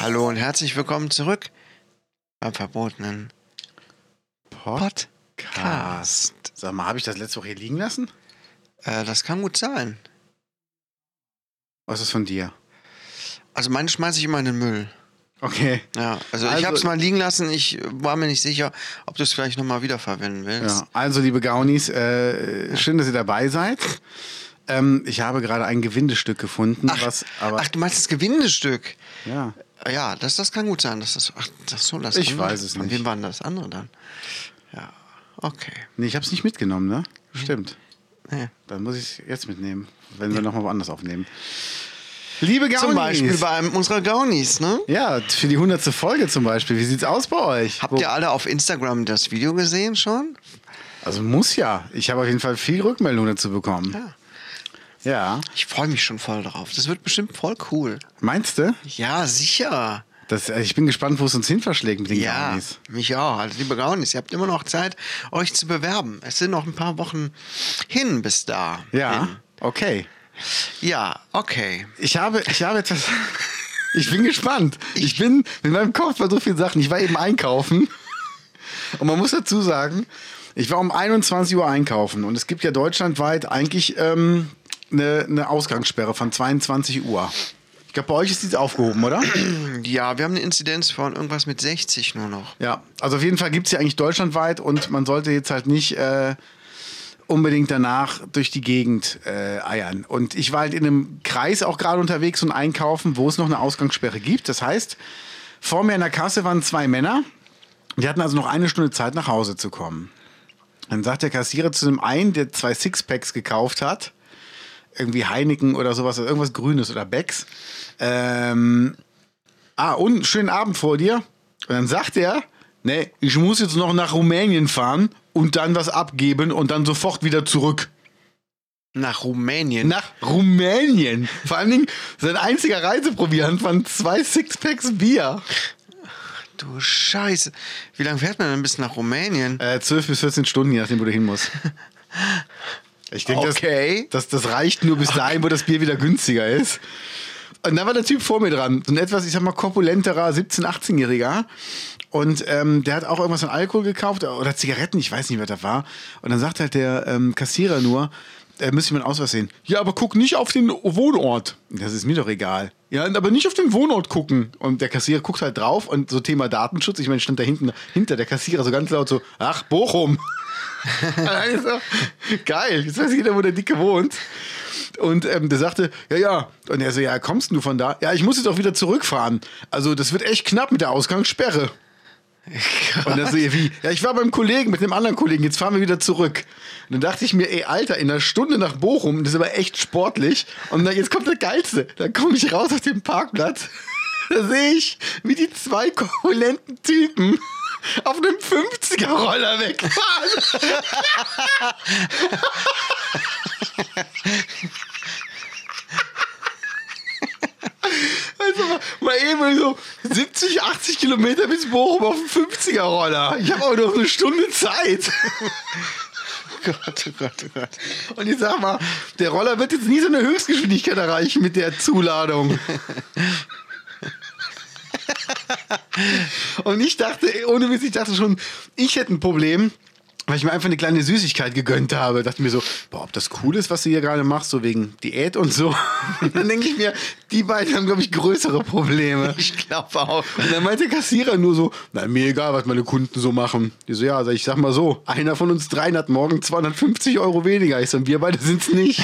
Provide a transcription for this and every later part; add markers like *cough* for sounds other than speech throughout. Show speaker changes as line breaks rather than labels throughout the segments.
Hallo und herzlich willkommen zurück beim verbotenen Podcast.
Podcast. Sag mal, habe ich das letzte Woche hier liegen lassen?
Äh, das kann gut sein.
Was ist von dir?
Also meine schmeiße ich immer in den Müll.
Okay.
Ja, also, ich
Also-
habe es mal liegen lassen. Ich war mir nicht sicher, ob du es vielleicht nochmal wiederverwenden willst.
Ja. Also, liebe Gaunis, äh, schön, dass ihr dabei seid. Ähm, ich habe gerade ein Gewindestück gefunden, was aber.
Ach, du meinst das Gewindestück?
ja.
Ja, das, das kann gut sein. Das ist, ach, das so das
Ich
andere.
weiß es
Von
nicht.
wem war denn das andere dann? Ja, okay.
Nee, ich habe es nicht mitgenommen, ne? Stimmt.
Nee.
Dann muss ich es jetzt mitnehmen, wenn wir nochmal woanders aufnehmen. Liebe Gaunis.
Zum Beispiel bei einem unserer Gaunis, ne?
ja, für die hundertste Folge zum Beispiel. Wie sieht's aus bei euch?
Habt ihr alle auf Instagram das Video gesehen schon?
Also muss ja. Ich habe auf jeden Fall viel Rückmeldung dazu bekommen.
Ja.
Ja.
Ich freue mich schon voll drauf. Das wird bestimmt voll cool.
Meinst du?
Ja, sicher.
Das, äh, ich bin gespannt, wo es uns hin verschlägt mit den
Ja,
Gaunis.
mich auch. Also liebe Gaunis, ihr habt immer noch Zeit, euch zu bewerben. Es sind noch ein paar Wochen hin bis da.
Ja,
Hin.
okay.
Ja, okay.
Ich habe, ich habe etwas. *laughs* Ich bin gespannt. Ich bin mit meinem Kopf bei so vielen Sachen. Ich war eben einkaufen. *laughs* Und man muss dazu sagen, ich war um 21 Uhr einkaufen. Und es gibt ja deutschlandweit eigentlich ähm, eine, eine Ausgangssperre von 22 Uhr. Ich glaube, bei euch ist die aufgehoben, oder?
Ja, wir haben eine Inzidenz von irgendwas mit 60 nur noch.
Ja, also auf jeden Fall gibt es ja eigentlich deutschlandweit und man sollte jetzt halt nicht äh, unbedingt danach durch die Gegend äh, eiern. Und ich war halt in einem Kreis auch gerade unterwegs und einkaufen, wo es noch eine Ausgangssperre gibt. Das heißt, vor mir in der Kasse waren zwei Männer. Die hatten also noch eine Stunde Zeit, nach Hause zu kommen. Dann sagt der Kassierer zu dem einen, der zwei Sixpacks gekauft hat, irgendwie Heineken oder sowas, also irgendwas Grünes oder Becks, ähm, ah, und schönen Abend vor dir. Und dann sagt er, nee, ich muss jetzt noch nach Rumänien fahren und dann was abgeben und dann sofort wieder zurück.
Nach Rumänien.
Nach Rumänien. Vor allen Dingen, sein einziger Reiseproviant waren zwei Sixpacks Bier.
Du Scheiße. Wie lange fährt man denn bis nach Rumänien?
Äh, 12 bis 14 Stunden, je nachdem, wo du hin musst. Ich denke,
Okay.
das, das, das reicht nur bis dahin, wo das Bier wieder günstiger ist. Und dann war der Typ vor mir dran, so ein etwas, ich sag mal, korpulenterer 17-, 18-Jähriger. Und ähm, der hat auch irgendwas an Alkohol gekauft oder Zigaretten, ich weiß nicht, was das war. Und dann sagt halt der ähm, Kassierer nur, äh, müsste ich mal einen Ausweis sehen. Ja, aber guck nicht auf den Wohnort. Das ist mir doch egal. Ja, aber nicht auf den Wohnort gucken. Und der Kassierer guckt halt drauf und so Thema Datenschutz. Ich meine, stand da hinten, hinter der Kassierer so ganz laut so, ach, Bochum. also, geil, jetzt weiß jeder, wo der Dicke wohnt. Und ähm, der sagte, ja, ja. Und er so, ja, kommst denn du von da? Ja, ich muss jetzt auch wieder zurückfahren. Also, das wird echt knapp mit der Ausgangssperre. *laughs*
*laughs*
Und dann so,
Oh
ja, wie? Ja, ich war beim Kollegen, mit einem anderen Kollegen, jetzt fahren wir wieder zurück. Und dann dachte ich mir, ey, Alter, in einer Stunde nach Bochum, das ist aber echt sportlich. Und dann, jetzt kommt das Geilste. Dann komme ich raus auf den Parkplatz. *laughs* Da sehe ich, wie die zwei korpulenten Typen auf einem 50er-Roller wegfahren. Also mal- mal eben so 70, 80 Kilometer bis Bochum auf dem 50er-Roller. Ich habe aber noch eine Stunde Zeit.
Gott, oh Gott, oh Gott.
Und ich sag mal, der Roller wird jetzt nie so eine Höchstgeschwindigkeit erreichen mit der Zuladung. Und ich dachte, ohne Witz, ich dachte schon, ich hätte ein Problem, weil ich mir einfach eine kleine Süßigkeit gegönnt habe. Dachte mir so, boah, ob das cool ist, was du hier gerade machst, so wegen Diät und so. *laughs* Und dann denke ich mir, die beiden haben, glaube ich, größere Probleme.
Ich glaube auch.
Und dann meinte der Kassierer nur so, na, mir egal, was meine Kunden so machen. Die so, ja, sag ich sag mal so, einer von uns dreien hat morgen 250 Euro weniger. Ich so, wir beide sind's nicht.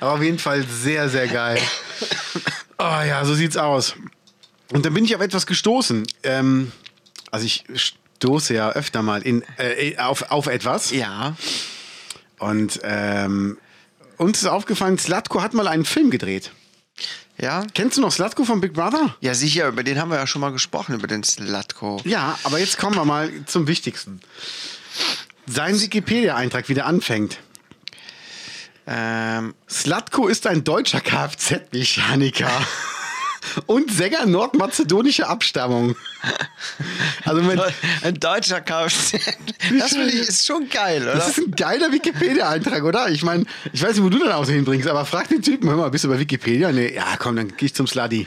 Aber auf jeden Fall sehr, sehr geil. Oh ja, so sieht's aus. Und dann bin ich auf etwas gestoßen. Ähm, also ich stoße ja öfter mal in, äh, auf, auf etwas.
Ja.
Und ähm, uns ist aufgefallen, Slatko hat mal einen Film gedreht.
Ja?
Kennst du noch Slatko von Big Brother?
Ja, sicher, über den haben wir ja schon mal gesprochen, über den Slatko.
Ja, aber jetzt kommen wir mal zum Wichtigsten. Sein Wikipedia-Eintrag, wie der anfängt.
Ähm,
Slatko ist ein deutscher Kfz-Mechaniker. Und Sänger nordmazedonischer Abstammung. Also mein,
ein deutscher Kfz. Das finde ich ist schon geil, oder?
Das ist ein geiler Wikipedia-Eintrag, oder? Ich meine, ich weiß nicht, wo du dann auch so hinbringst, aber frag den Typen, hör mal, bist du bei Wikipedia? Nee, ja, komm, dann geh ich zum Sluddy.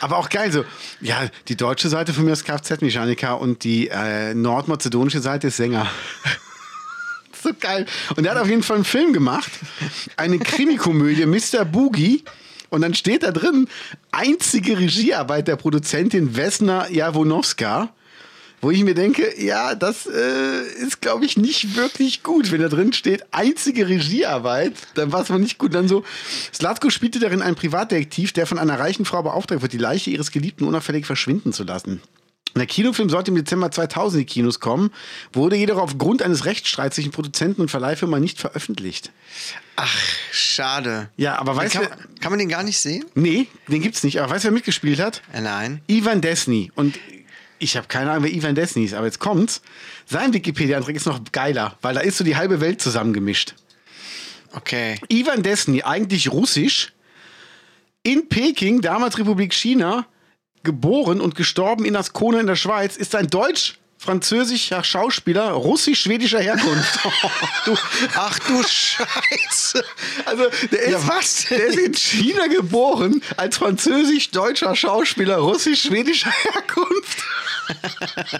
Aber auch geil, so, ja, die deutsche Seite von mir ist Kfz-Mechaniker und die äh, nordmazedonische Seite ist Sänger. *laughs* so geil. Und er hat auf jeden Fall einen Film gemacht, eine Krimikomödie, Mr. Boogie. Und dann steht da drin, einzige Regiearbeit der Produzentin Vesna Jawonoska wo ich mir denke, ja, das äh, ist, glaube ich, nicht wirklich gut. Wenn da drin steht, einzige Regiearbeit, dann war es mal nicht gut. Dann so, Slatko spielte darin einen Privatdetektiv, der von einer reichen Frau beauftragt wird, die Leiche ihres Geliebten unauffällig verschwinden zu lassen. Der Kinofilm sollte im Dezember 2000 in die Kinos kommen, wurde jedoch aufgrund eines Rechtsstreits zwischen Produzenten und Verleihfirma nicht veröffentlicht.
Ach, schade.
Ja, aber
Den
weißt
kann,
du-
man- kann man den gar nicht sehen?
Nee, den gibt's nicht. Aber weißt du, wer mitgespielt hat?
Äh, nein.
Ivan Desny. Und ich habe keine Ahnung, wer Ivan Desny ist, aber jetzt kommt's. Sein Wikipedia-Eintrag ist noch geiler, weil da ist so die halbe Welt zusammengemischt.
Okay.
Ivan Desny, eigentlich russisch, in Peking, damals Republik China, geboren und gestorben in Ascona in der Schweiz, ist ein deutsch-französischer Schauspieler
*laughs*
russisch-schwedischer Herkunft. *laughs* du,
Ach du *laughs* Scheiße.
also, der ist,
Ja, was denn?
der ist in China geboren, als französisch-deutscher Schauspieler russisch-schwedischer *laughs* Herkunft. Äh,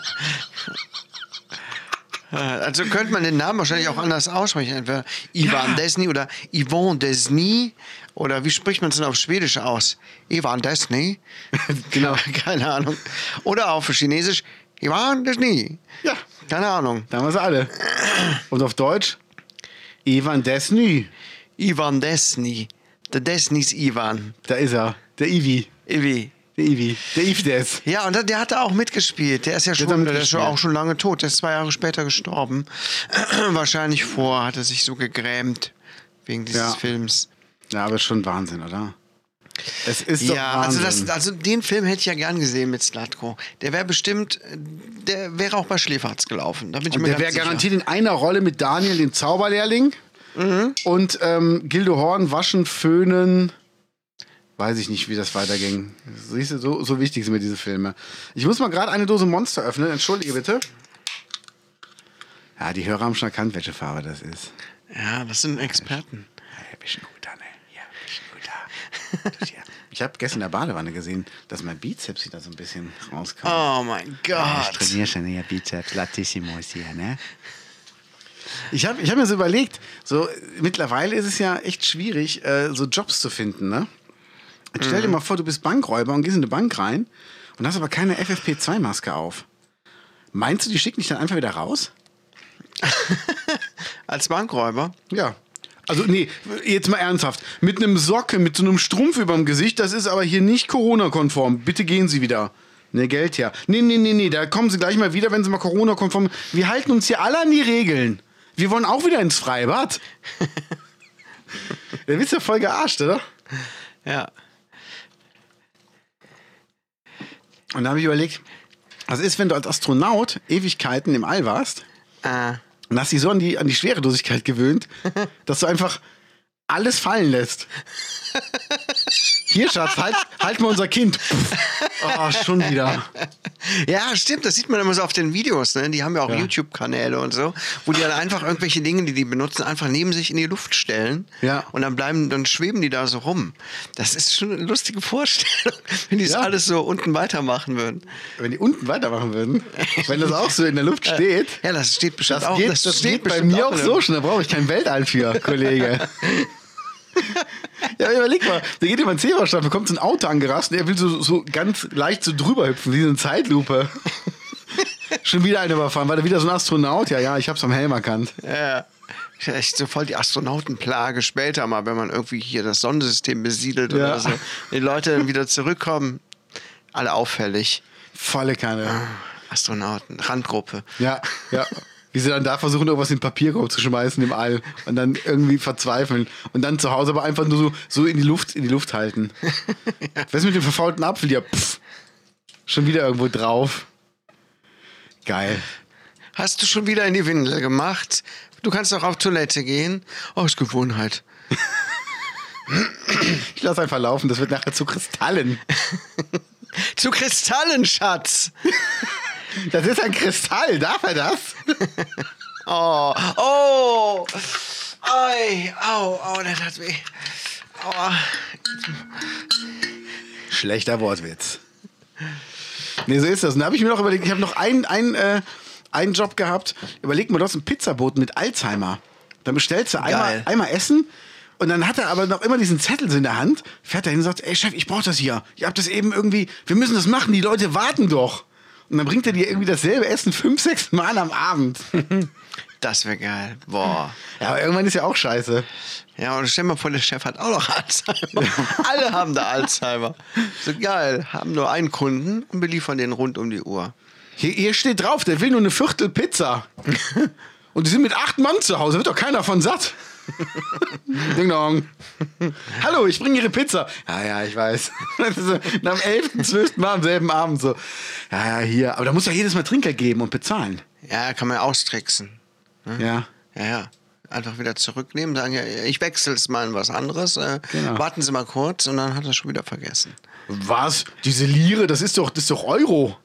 Also könnte man den Namen wahrscheinlich auch anders aussprechen. Entweder Ivan Desny oder Yvonne Desny. Oder wie spricht man es denn auf Schwedisch aus? Ivan
*laughs*
Desny? genau. *laughs* Keine Ahnung. Oder auf Chinesisch Ivan Desny.
Ja.
Keine Ahnung.
Damals alle. Und auf Deutsch? Ivan Desny.
Ivan Desny. Der Desnys Ivan.
Da ist er. Der Ivi.
Ivi.
Der Ivi. Der Ivi Des.
Ja, und der, der hat da auch mitgespielt. Der ist ja schon,
da
der ist schon
mitgespielt.
auch schon lange tot. Der ist zwei Jahre später gestorben. *clears throat* Wahrscheinlich vor, hat er sich so gegrämt wegen dieses
Ja.
Films.
Ja, aber schon Wahnsinn, oder? Es ist doch
ja, also,
Wahnsinn.
das, also den Film hätte ich ja gern gesehen mit Slatko. Der wäre bestimmt, äh, der wäre auch bei Schläferz gelaufen. Da bin ich
Und
mir
der
ganz
wäre
sicher.
garantiert in einer Rolle mit Daniel, dem Zauberlehrling.
Mhm.
Und ähm, Gildo Horn, Waschen, Föhnen. Weiß ich nicht, wie das weiterging. Siehst du, so, so wichtig sind mir diese Filme. Ich muss mal gerade eine Dose Monster öffnen. Entschuldige bitte. Ja, die Hörer haben schon erkannt, welche Farbe das ist.
Ja, das sind Experten.
Ja, bist ein guter, ne? Ja, bist ein *laughs* guter. Das, ja. Ich habe gestern in der Badewanne gesehen, dass mein Bizeps wieder so ein bisschen rauskam.
Oh mein
Ja,
Gott.
schon ja Bizeps, Latissimus hier, ne? Ich habe ich hab mir so überlegt, so äh, mittlerweile ist es ja echt schwierig, äh, so Jobs zu finden, ne? Jetzt Stell dir mal vor, du bist Bankräuber und gehst in eine Bank rein und hast aber keine FFP2-Maske auf. Meinst du, die schicken dich dann einfach wieder raus?
Als Bankräuber.
Ja. Also nee, jetzt mal ernsthaft. Mit einem Socke, mit so einem Strumpf überm Gesicht, das ist aber hier nicht Corona-konform. Bitte gehen Sie wieder. Ne, Geld her. Nee, nee, nee, nee, da kommen Sie gleich mal wieder, wenn Sie mal Corona-konform. Wir halten uns hier alle an die Regeln. Wir wollen auch wieder ins Freibad. *laughs* Der bist ja voll gearscht, oder?
Ja.
Und da habe ich überlegt, was ist, wenn du als Astronaut Ewigkeiten im All warst?
Äh,
Und hast dich so an die, an die Schwerelosigkeit gewöhnt, dass du einfach alles fallen lässt. Hier, Schatz, halt, halt mal unser Kind. Pff. Oh, schon wieder.
*laughs* ja, stimmt. Das sieht man immer so auf den Videos. Ne? Die haben ja auch YouTube-Kanäle und so, wo die dann einfach irgendwelche Dinge, die die benutzen, einfach neben sich in die Luft stellen.
Ja.
Und dann bleiben, dann schweben die da so rum. Das ist schon eine lustige Vorstellung, *laughs* wenn die das
Ja.
alles so unten weitermachen würden.
Wenn die unten weitermachen würden, wenn das auch so in der Luft steht,
Ja, das steht bestimmt
das
auch.
geht, das
steht
geht bei
bestimmt
mir auch
in
so schon. Da brauche ich kein
*laughs*
Weltall für, Kollege. Ja, aber überleg mal, da geht jemand Zebrastreifen, da kommt so ein Auto angerast und er will so, so ganz leicht so drüber hüpfen, wie so eine Zeitlupe. *laughs* Schon wieder einen überfahren, war da wieder so ein Astronaut? Ja, ja, ich hab's am Helm erkannt.
Ja. Ist ja Echt so voll die Astronautenplage später mal, wenn man irgendwie hier das Sonnensystem besiedelt oder
Ja.
so. Wenn die Leute dann wieder zurückkommen, alle auffällig.
Volle Kanne.
Astronauten, Randgruppe.
Ja, ja. Wie sie dann da versuchen, irgendwas in den Papierkorb zu schmeißen im All und dann irgendwie verzweifeln und dann zu Hause aber einfach nur so, so in die Luft, in die Luft halten.
*laughs*
Was ist mit dem verfaulten Apfel? Ja, pff, schon wieder irgendwo drauf. Geil.
Hast du schon wieder in die Windel gemacht? Du kannst doch auf Toilette gehen. Aus Gewohnheit.
Ich lasse einfach laufen, das wird nachher zu Kristallen.
Zu Kristallen, Schatz.
Das ist ein Kristall, darf er das?
Oh, oh. Ei, au, au, das hat weh. Aua.
Schlechter Wortwitz. Nee, so ist das. Und da habe ich mir noch überlegt, ich habe noch einen, einen, äh, einen Job gehabt. Überleg mal, du hast ein Pizzaboten mit Alzheimer. Dann bestellst du einmal,
Geil.
einmal Essen und dann hat er aber noch immer diesen Zettel so in der Hand, fährt dahin und sagt, ey Chef, ich brauche das hier. Ich habe das eben irgendwie, wir müssen das machen, die Leute warten doch. Und dann bringt er dir irgendwie dasselbe Essen fünf, sechs Mal am Abend.
Das wäre geil. Boah.
Ja, aber irgendwann ist ja auch scheiße.
Ja, und stell mal vor, der Chef hat auch noch Alzheimer. Alle haben da Alzheimer. So geil. Haben nur einen Kunden und beliefern den rund um die Uhr.
Hier, hier steht drauf, der will nur eine Viertel Pizza. Und die sind mit acht Mann zu Hause, wird doch keiner von satt. Ding dong. Hallo, ich bringe Ihre Pizza. Ja, ja, ich weiß. Das ist so, und am 11., 12. Mal am selben Abend so. Ja, ja, hier. Aber da muss ja jedes Mal Trinkgeld geben und bezahlen.
Ja, kann man ja austricksen.
Ja.
Ja, ja. Einfach wieder zurücknehmen, sagen, ja, ich wechsle es mal in was anderes. Äh,
Genau.
Warten Sie mal kurz und dann hat er schon wieder vergessen.
Was? Diese Lire, das ist doch, das ist doch Euro.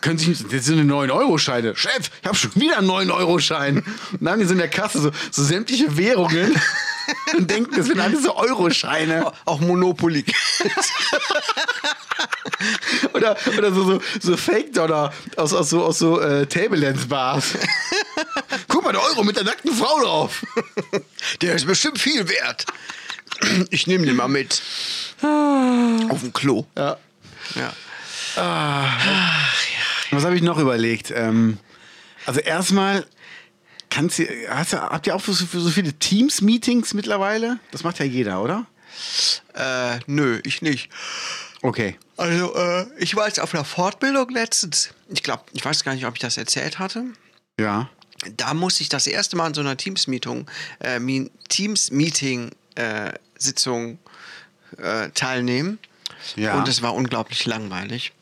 Können Sie nicht, das sind 9-Euro-Scheine. Chef, ich habe schon wieder einen 9-Euro-Schein. Und dann haben die so in der Kasse so, so sämtliche Währungen und denken, das sind alles so Euro-Scheine.
Auch Monopoly. *laughs*
*laughs* Oder, oder so, so, so Fake-Dollar aus, aus so, aus so äh, Table-Dance-Bars. *laughs* Guck mal, der Euro mit der nackten Frau drauf.
Der ist bestimmt viel wert. Ich nehme den mal mit. Auf dem Klo.
Ja.
Ja.
Was habe ich noch überlegt? Ähm, also erstmal, kannst du, hast du, habt ihr auch so, so viele Teams-Meetings mittlerweile? Das macht ja jeder, oder?
Äh, nö, ich nicht.
Okay.
Also, äh, ich war jetzt auf einer Fortbildung letztens. Ich glaube, ich weiß gar nicht, ob ich das erzählt hatte.
Ja.
Da musste ich das erste Mal in so einer Teams-Meeting, äh, Mi- Teams-Meeting-Sitzung äh, teilnehmen.
Ja.
Und es war unglaublich langweilig.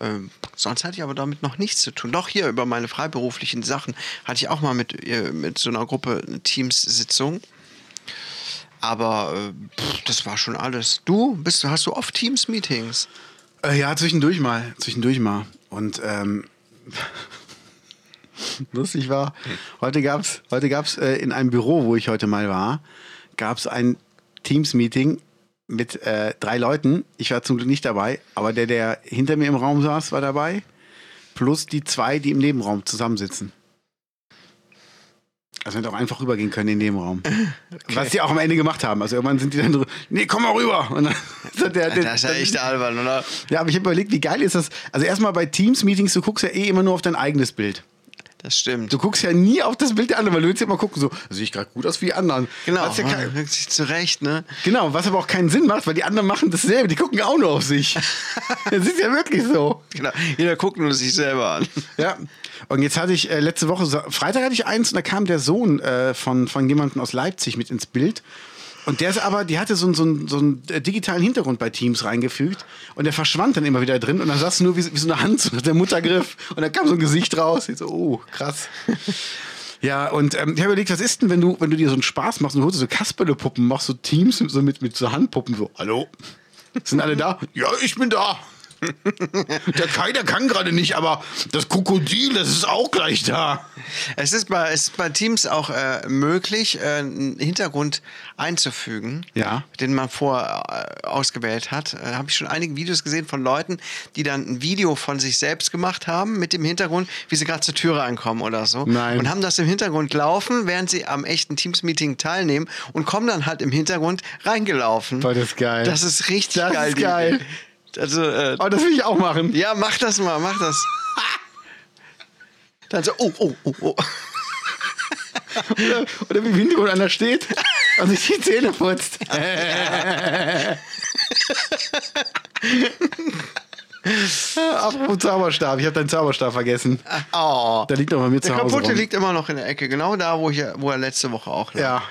Ähm, sonst hatte ich aber damit noch nichts zu tun. Doch hier über meine freiberuflichen Sachen hatte ich auch mal mit, äh, mit so einer Gruppe eine Teams-Sitzung. Aber äh, pff, das war schon alles. Du bist, hast du oft Teams-Meetings?
Äh, ja, zwischendurch mal. Zwischendurch mal. Und ähm, *laughs* lustig war, heute gab es heute gab's, äh, in einem Büro, wo ich heute mal war, gab es ein Teams-Meeting mit äh, drei Leuten. Ich war zum Glück nicht dabei, aber der, der hinter mir im Raum saß, war dabei. Plus die zwei, die im Nebenraum zusammensitzen. Also hätte auch einfach rübergehen können in dem Raum. Was die auch am Ende gemacht haben. Also irgendwann sind die dann drü- nee, komm mal rüber. Und dann *laughs* hat der, der,
Das ist ja echt albern, oder?
ja, aber ich habe überlegt, wie geil ist das? Also erstmal bei Teams-Meetings, du guckst ja eh immer nur auf dein eigenes Bild.
Das stimmt.
Du guckst ja nie auf das Bild der anderen, weil du willst ja immer gucken, so, sehe ich gerade gut aus wie die anderen.
genau.
Was ja kein,
Wirkt sich zurecht, ne?
genau, was aber auch keinen Sinn macht, weil die anderen machen dasselbe, die gucken auch nur auf sich. das ist ja wirklich so.
Genau. Jeder guckt nur sich selber an.
Ja. Und jetzt hatte ich äh, letzte Woche, Sa- Freitag hatte ich eins und da kam der Sohn äh, von, von jemandem aus Leipzig mit ins Bild. Und der ist aber, die hatte so, einen- so, einen- so einen äh, digitalen Hintergrund bei Teams reingefügt und der verschwand dann immer wieder drin und dann saß nur wie, so- wie so eine Hand, so der Muttergriff und dann kam so ein Gesicht raus. Ich so, oh, krass. Ja, und ähm, ich habe überlegt, was ist denn, wenn du, wenn du dir so einen Spaß machst und holst dir so Kasperle-Puppen, machst so Teams so mit, mit so Handpuppen, so, hallo? Sind alle da? Ja, ich bin da. Der Kai, der kann gerade nicht, aber das Krokodil, das ist auch gleich da.
Es ist bei, es ist bei Teams auch äh, möglich, äh, einen Hintergrund einzufügen,
Ja.
den man vor äh, ausgewählt hat. Äh, Habe ich schon einige Videos gesehen von Leuten, die dann ein Video von sich selbst gemacht haben mit dem Hintergrund, wie sie gerade zur Türe ankommen oder so.
Nein.
Und haben das im Hintergrund laufen, während sie am echten Teams-Meeting teilnehmen und kommen dann halt im Hintergrund reingelaufen.
Boah, das ist geil.
Das ist richtig
Das
geil.
ist
die
geil. Oh.
Idee. Also, äh,
Aber das will ich auch machen.
ja, mach das mal, mach
*laughs*
das. Dann so, oh, oh, oh, oh.
Oder, oder wie im Hintergrund einer steht und sich die Zähne putzt. *laughs* Apropos Zauberstab, ich habe deinen Zauberstab vergessen.
Oh.
Der liegt noch bei mir zu
Der
Hause.
kaputte
rum.
liegt immer noch in der Ecke, genau da, wo, ich, wo er letzte Woche auch lag.
Ja.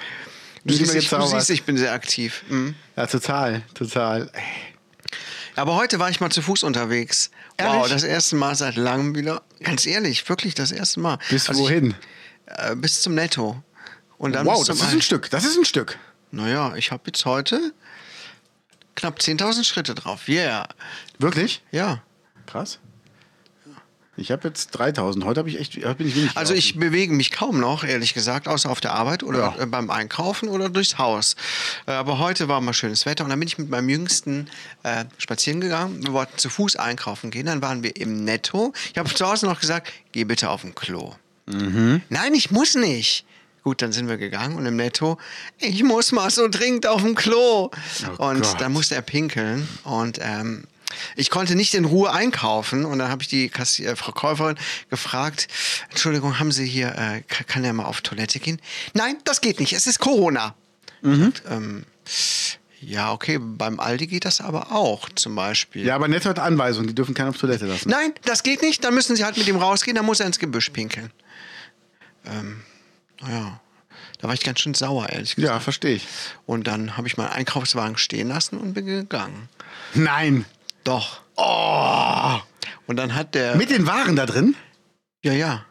Du,
Nicht
siehst,
mehr
ich, du
gezaubert.
siehst, ich bin sehr aktiv. Mhm.
Ja, total, total.
Aber heute war ich mal zu Fuß unterwegs. Wow,
Ehrlich?
das erste Mal seit langem wieder. Ganz ehrlich, wirklich das erste Mal.
Bis
Also
wohin?
Ich, äh, bis zum Netto. Und dann
Wow,
bis zum
das ist ein Stück. Das ist ein Stück.
Naja, ich habe jetzt heute knapp 10.000 Schritte drauf. Yeah.
Wirklich?
Ja.
Krass. Ich habe jetzt 3000. Heute habe ich echt, heute bin ich wenig.
Also ich bewege mich kaum noch, ehrlich gesagt, außer auf der Arbeit oder
Ja.
äh, beim Einkaufen oder durchs Haus. Äh, Aber heute war mal schönes Wetter und dann bin ich mit meinem Jüngsten äh, spazieren gegangen. Wir wollten zu Fuß einkaufen gehen, dann waren wir im Netto. Ich habe zu Hause noch gesagt, geh bitte auf den Klo. Nein, ich muss nicht. Gut, dann sind wir gegangen und im Netto, ich muss mal so dringend auf dem Klo.
Oh
und
Gott.
dann musste er pinkeln und ähm, ich konnte nicht in Ruhe einkaufen. Und dann habe ich die Kassi äh, Frau Käuferin gefragt, Entschuldigung, haben Sie hier, äh, ka- kann er mal auf Toilette gehen? Nein, das geht nicht, es ist Corona.
Mhm.
Und, ähm, ja, okay, beim Aldi geht das aber auch zum Beispiel.
ja, aber Netto hat Anweisungen, die dürfen keinen auf Toilette lassen.
Nein, das geht nicht. Dann müssen sie halt mit ihm rausgehen. Dann muss er ins Gebüsch pinkeln. Ähm, naja, da war ich ganz schön sauer, ehrlich gesagt.
Ja, verstehe ich.
Und dann habe ich meinen Einkaufswagen stehen lassen und bin gegangen.
Nein.
Doch.
Oh!
Und dann hat der.
Mit den Waren da drin?
ja, ja.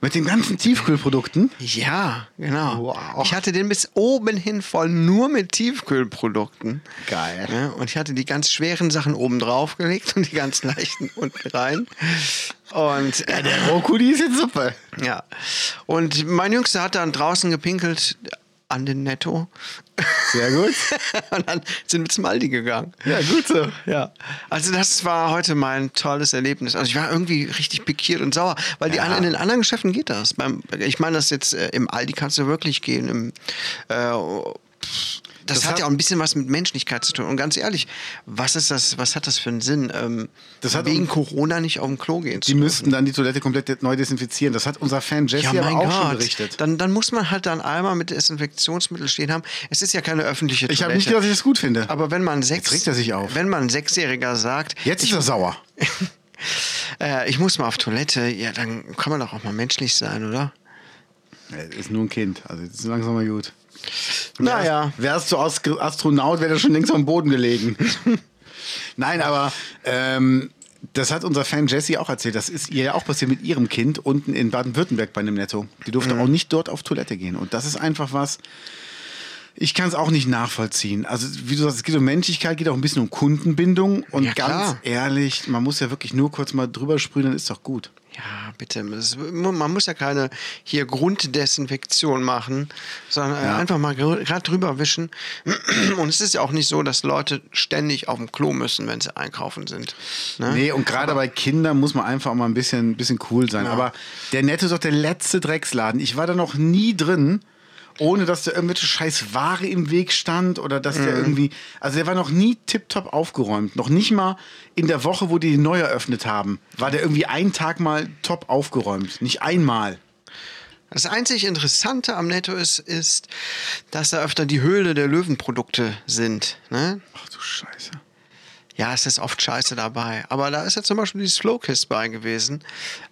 Mit den ganzen Tiefkühlprodukten?
Ja, genau.
Wow.
Ich hatte den bis oben hin voll nur mit Tiefkühlprodukten.
Geil.
Ja, und ich hatte die ganz schweren Sachen oben drauf gelegt und die ganz leichten unten rein. Und äh,
Der Rokudi Oh, ist jetzt super.
Ja. Und mein Jüngster hat dann draußen gepinkelt an den Netto.
Sehr gut.
*laughs* Und dann sind wir zum Aldi gegangen.
Ja, gut so.
Ja. Also das war heute mein tolles Erlebnis. Also ich war irgendwie richtig pikiert und sauer, weil die
Ja.
anderen in den anderen Geschäften geht das. Beim, ich meine, das jetzt äh, im Aldi kannst du wirklich gehen. Im, äh, das,
Das
hat
hat-
ja auch ein bisschen was mit Menschlichkeit zu tun. Und ganz ehrlich, was ist das? Was hat das für einen Sinn? Ähm,
Das hat
wegen
un-
Corona nicht auf dem Klo gehen zu
Die müssten dann die Toilette komplett neu desinfizieren. Das hat unser Fan Jesse aber auch schon berichtet.
Dann, dann muss man halt dann einmal mit Desinfektionsmittel stehen haben. Es ist ja keine öffentliche
Ich habe
Toilette.
nicht gedacht, dass ich das gut finde.
aber wenn man sechs,
Jetzt regt er sich auf.
wenn man ein Sechsjähriger sagt,
Jetzt ist er sauer.
*laughs* äh, ich muss mal auf Toilette, ja, dann kann man doch auch mal menschlich sein, oder?
Ja, Ist nur ein Kind. Also jetzt ist langsam mal gut.
Naja.
Wärst du Ast Astronaut, wäre schon längst am Boden gelegen. *laughs* Nein, aber ähm, das hat unser Fan Jesse auch erzählt. Das ist ihr ja auch passiert mit ihrem Kind unten in Baden-Württemberg bei einem Netto. Die
Mhm.
durfte auch nicht dort auf Toilette gehen. Und das ist einfach was. Ich kann es auch nicht nachvollziehen. Also, wie du sagst, es geht um Menschlichkeit, geht auch ein bisschen um Kundenbindung. Und
Ja,
ganz
klar.
ehrlich, man muss ja wirklich nur kurz mal drüber sprühen, dann ist doch gut.
Ja, bitte. Es- Man muss ja keine hier Grunddesinfektion machen, sondern äh, einfach mal gerade drüber wischen. *clears throat* Und es ist ja auch nicht so, dass Leute ständig auf dem Klo müssen, wenn sie einkaufen sind. Ne?
Nee, und gerade bei Kindern muss man einfach auch mal ein bisschen, bisschen cool sein. Aber der Netto ist doch der letzte Drecksladen. Ich war da noch nie drin, ohne dass da irgendwelche scheiß Ware im Weg stand oder dass der irgendwie. Also der war noch nie tiptop aufgeräumt. Noch nicht mal in der Woche, wo die den neu eröffnet haben, war der irgendwie einen Tag mal top aufgeräumt. Nicht einmal.
Das einzig Interessante am Netto ist, ist, dass da öfter die Höhle der Löwenprodukte sind. Ne?
Ach du Scheiße.
Ja, es ist oft scheiße dabei. Aber da ist ja zum Beispiel die Slow Kiss bei gewesen.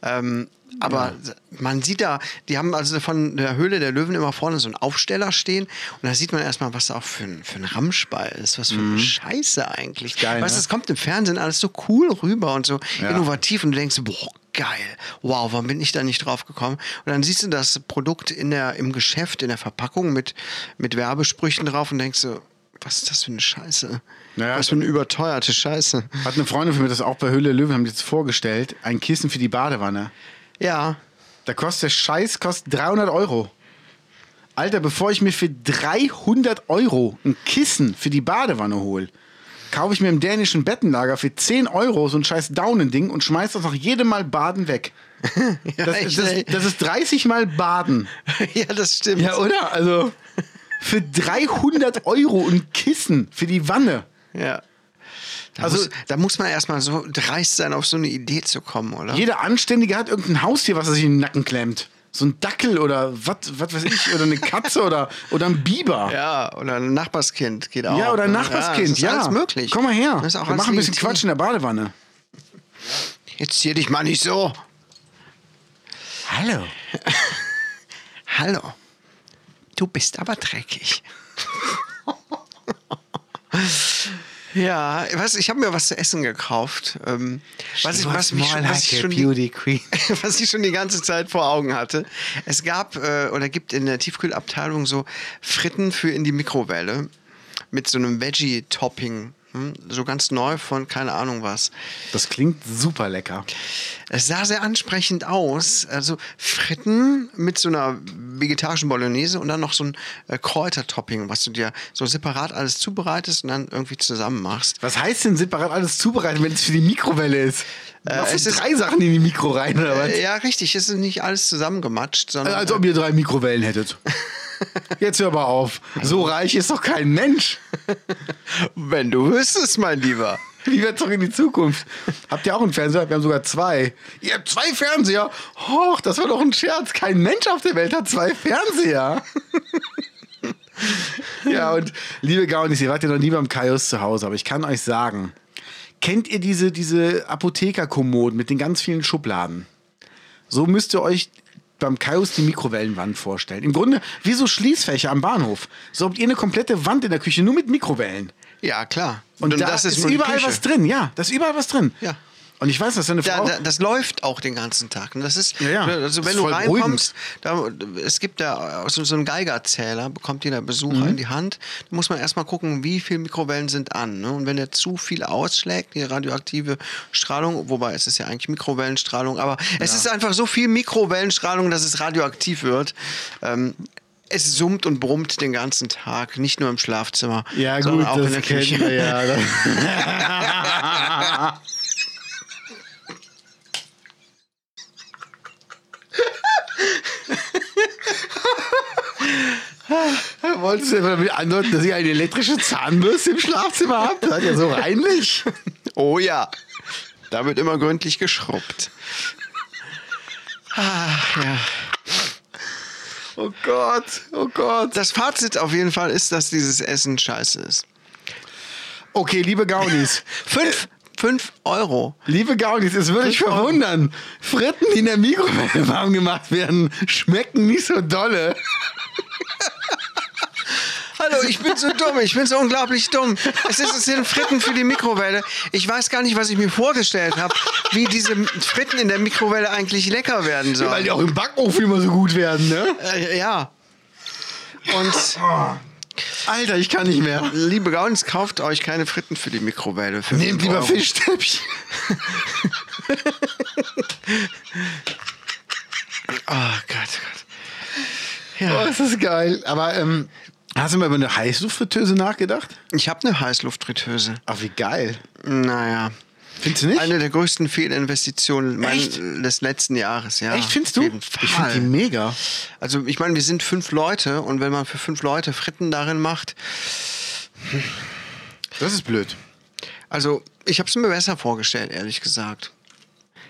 Ähm, aber man sieht da, die haben also von der Höhle der Löwen immer vorne so einen Aufsteller stehen. Und da sieht man erstmal, was da auch für ein, für ein Ramsch bei ist. Was für eine Scheiße eigentlich.
Mhm. geil,
weißt du,
ne?
es kommt im Fernsehen alles so cool rüber und so
Ja.
innovativ. Und du denkst, boah, geil. Wow, warum bin ich da nicht drauf gekommen? Und dann siehst du das Produkt in der, im Geschäft, in der Verpackung mit, mit Werbesprüchen drauf und denkst so, was ist das für eine Scheiße?
Naja,
was für eine überteuerte Scheiße.
Hat eine Freundin von mir das auch bei Höhle der Löwen, haben die jetzt vorgestellt. Ein Kissen für die Badewanne.
Ja. *laughs*
Da kostet der Scheiß kostet 300 Euro. Alter, bevor ich mir für 300 Euro ein Kissen für die Badewanne hole, kaufe ich mir im dänischen Bettenlager für 10 Euro so ein scheiß Daunending und schmeiß das noch jedem Mal Baden *laughs* weg. Das,
echt,
das,
ey.
das ist 30 Mal Baden.
ja, das stimmt.
Ja, oder? Also für 300 Euro ein Kissen für die Wanne.
Ja. Da,
Also-
muss, da muss man erstmal so dreist sein, auf so eine Idee zu kommen, oder?
Jeder Anständige hat irgendein Haustier, was er sich in den Nacken klemmt. So ein Dackel oder was weiß ich, oder eine Katze oder, oder ein Biber.
Ja, oder ein Nachbarskind geht auch.
Ja, oder ein
ne?
Nachbarskind,
Ja,
ja.
das ist alles möglich.
Komm mal her.
Das ist auch
Wir
alles
machen ein bisschen
legitim.
Quatsch in der Badewanne.
Jetzt zieh dich mal nicht so.
Hallo.
Hallo.
*laughs*
Du bist aber dreckig. Ja, was, ich habe mir was zu essen gekauft. Ähm, was, ich, was, mich schon, was, ich schon,
Beauty Queen.
*laughs* was ich schon die ganze Zeit vor Augen hatte. Es gab äh, oder gibt in der Tiefkühlabteilung so Fritten für in die Mikrowelle mit so einem Veggie-Topping. Hm? So ganz neu von keine Ahnung was.
*laughs* Das klingt super lecker.
Es sah sehr ansprechend aus. Also Fritten mit so einer vegetarischen Bolognese und dann noch so ein äh, Kräutertopping, was du dir so separat alles zubereitest und dann irgendwie zusammen machst.
Was heißt denn separat alles zubereiten, wenn es für die Mikrowelle ist?
Äh,
Was
es
sind
ist-
drei Sachen in die Mikro rein oder was?
Äh, ja, richtig. Es ist nicht alles zusammengematscht, sondern.
Als ob ihr drei
*laughs*
Mikrowellen hättet. Jetzt hör mal auf. So reich ist doch kein Mensch.
wenn du wüsstest, mein Lieber.
Wie wird's doch in die Zukunft? Habt ihr auch einen Fernseher? Wir haben sogar zwei. Ihr habt zwei Fernseher? Hoch, das war doch ein Scherz. Kein Mensch auf der Welt hat zwei Fernseher. *laughs* ja, und liebe Gaunis, ihr wart ja noch nie beim Kaius zu Hause, aber ich kann euch sagen, kennt ihr diese, diese Apothekerkommoden mit den ganz vielen Schubladen? So müsst ihr euch beim Kaius die Mikrowellenwand vorstellen. Im Grunde wie so Schließfächer am Bahnhof. So habt ihr eine komplette Wand in der Küche, nur mit Mikrowellen.
Ja, klar.
Und, da ist,
nur die
überall
Küche.
was drin, ja. Da ist überall was drin.
Ja.
Und ich weiß, dass deine
Da,
Frau.
da, das läuft auch den ganzen Tag. Und das ist,
Ja, ja.
also
Das
wenn
ist
du
voll
reinkommst, da, es gibt da äh, so, so einen Geigerzähler, bekommt jeder Besucher
Mhm.
in die Hand. Da muss man erstmal gucken, wie viele Mikrowellen sind an. Ne? Und wenn der zu viel ausschlägt, die radioaktive Strahlung, wobei es ist ja eigentlich Mikrowellenstrahlung, aber es ist einfach so viel Mikrowellenstrahlung, dass es radioaktiv wird. Ähm, es summt und brummt den ganzen Tag, nicht nur im Schlafzimmer,
ja, gut,
sondern auch
das
in der
kennen
Küche.
wir ja.
*laughs*
Das- Wolltest du etwa damit andeuten, dass ich eine elektrische Zahnbürste im Schlafzimmer habe? Das ist ja so reinlich.
Oh ja, da wird immer gründlich geschrubbt.
Oh Gott, oh Gott.
Das Fazit auf jeden Fall ist, dass dieses Essen scheiße ist.
Okay, liebe Gaunis.
Fünf, fünf Euro.
Liebe Gaunis, es würde mich verwundern. Fritten, die in der Mikrowelle warm gemacht werden, schmecken nicht so *laughs* dolle.
Hallo, ich bin so dumm, ich bin so unglaublich dumm. Es ist es sind Fritten für die Mikrowelle. Ich weiß gar nicht, was ich mir vorgestellt habe, wie diese Fritten in der Mikrowelle eigentlich lecker werden
Weil
sollen.
die auch im Backofen immer so gut werden, ne?
Äh, ja. Und
Alter, ich kann nicht mehr.
liebe Gaunis, kauft euch keine Fritten für die Mikrowelle. Für
Nehmt
fünf
lieber
Euro.
Fischstäbchen.
Oh Gott, Gott.
*laughs* Oh, das ist geil. Aber ähm, hast du mal über eine Heißluftfritteuse nachgedacht?
Ich habe eine Heißluftfritteuse.
Ach, wie geil.
Naja.
Findest du nicht?
Eine der größten Fehlinvestitionen mein,
Echt?
des letzten Jahres, ja.
Echt, findest
Auf
du?
jeden Fall.
Ich finde die mega.
also ich meine, wir sind fünf Leute und wenn man für fünf Leute Fritten darin macht,
Das ist blöd.
also ich habe es mir besser vorgestellt, ehrlich gesagt.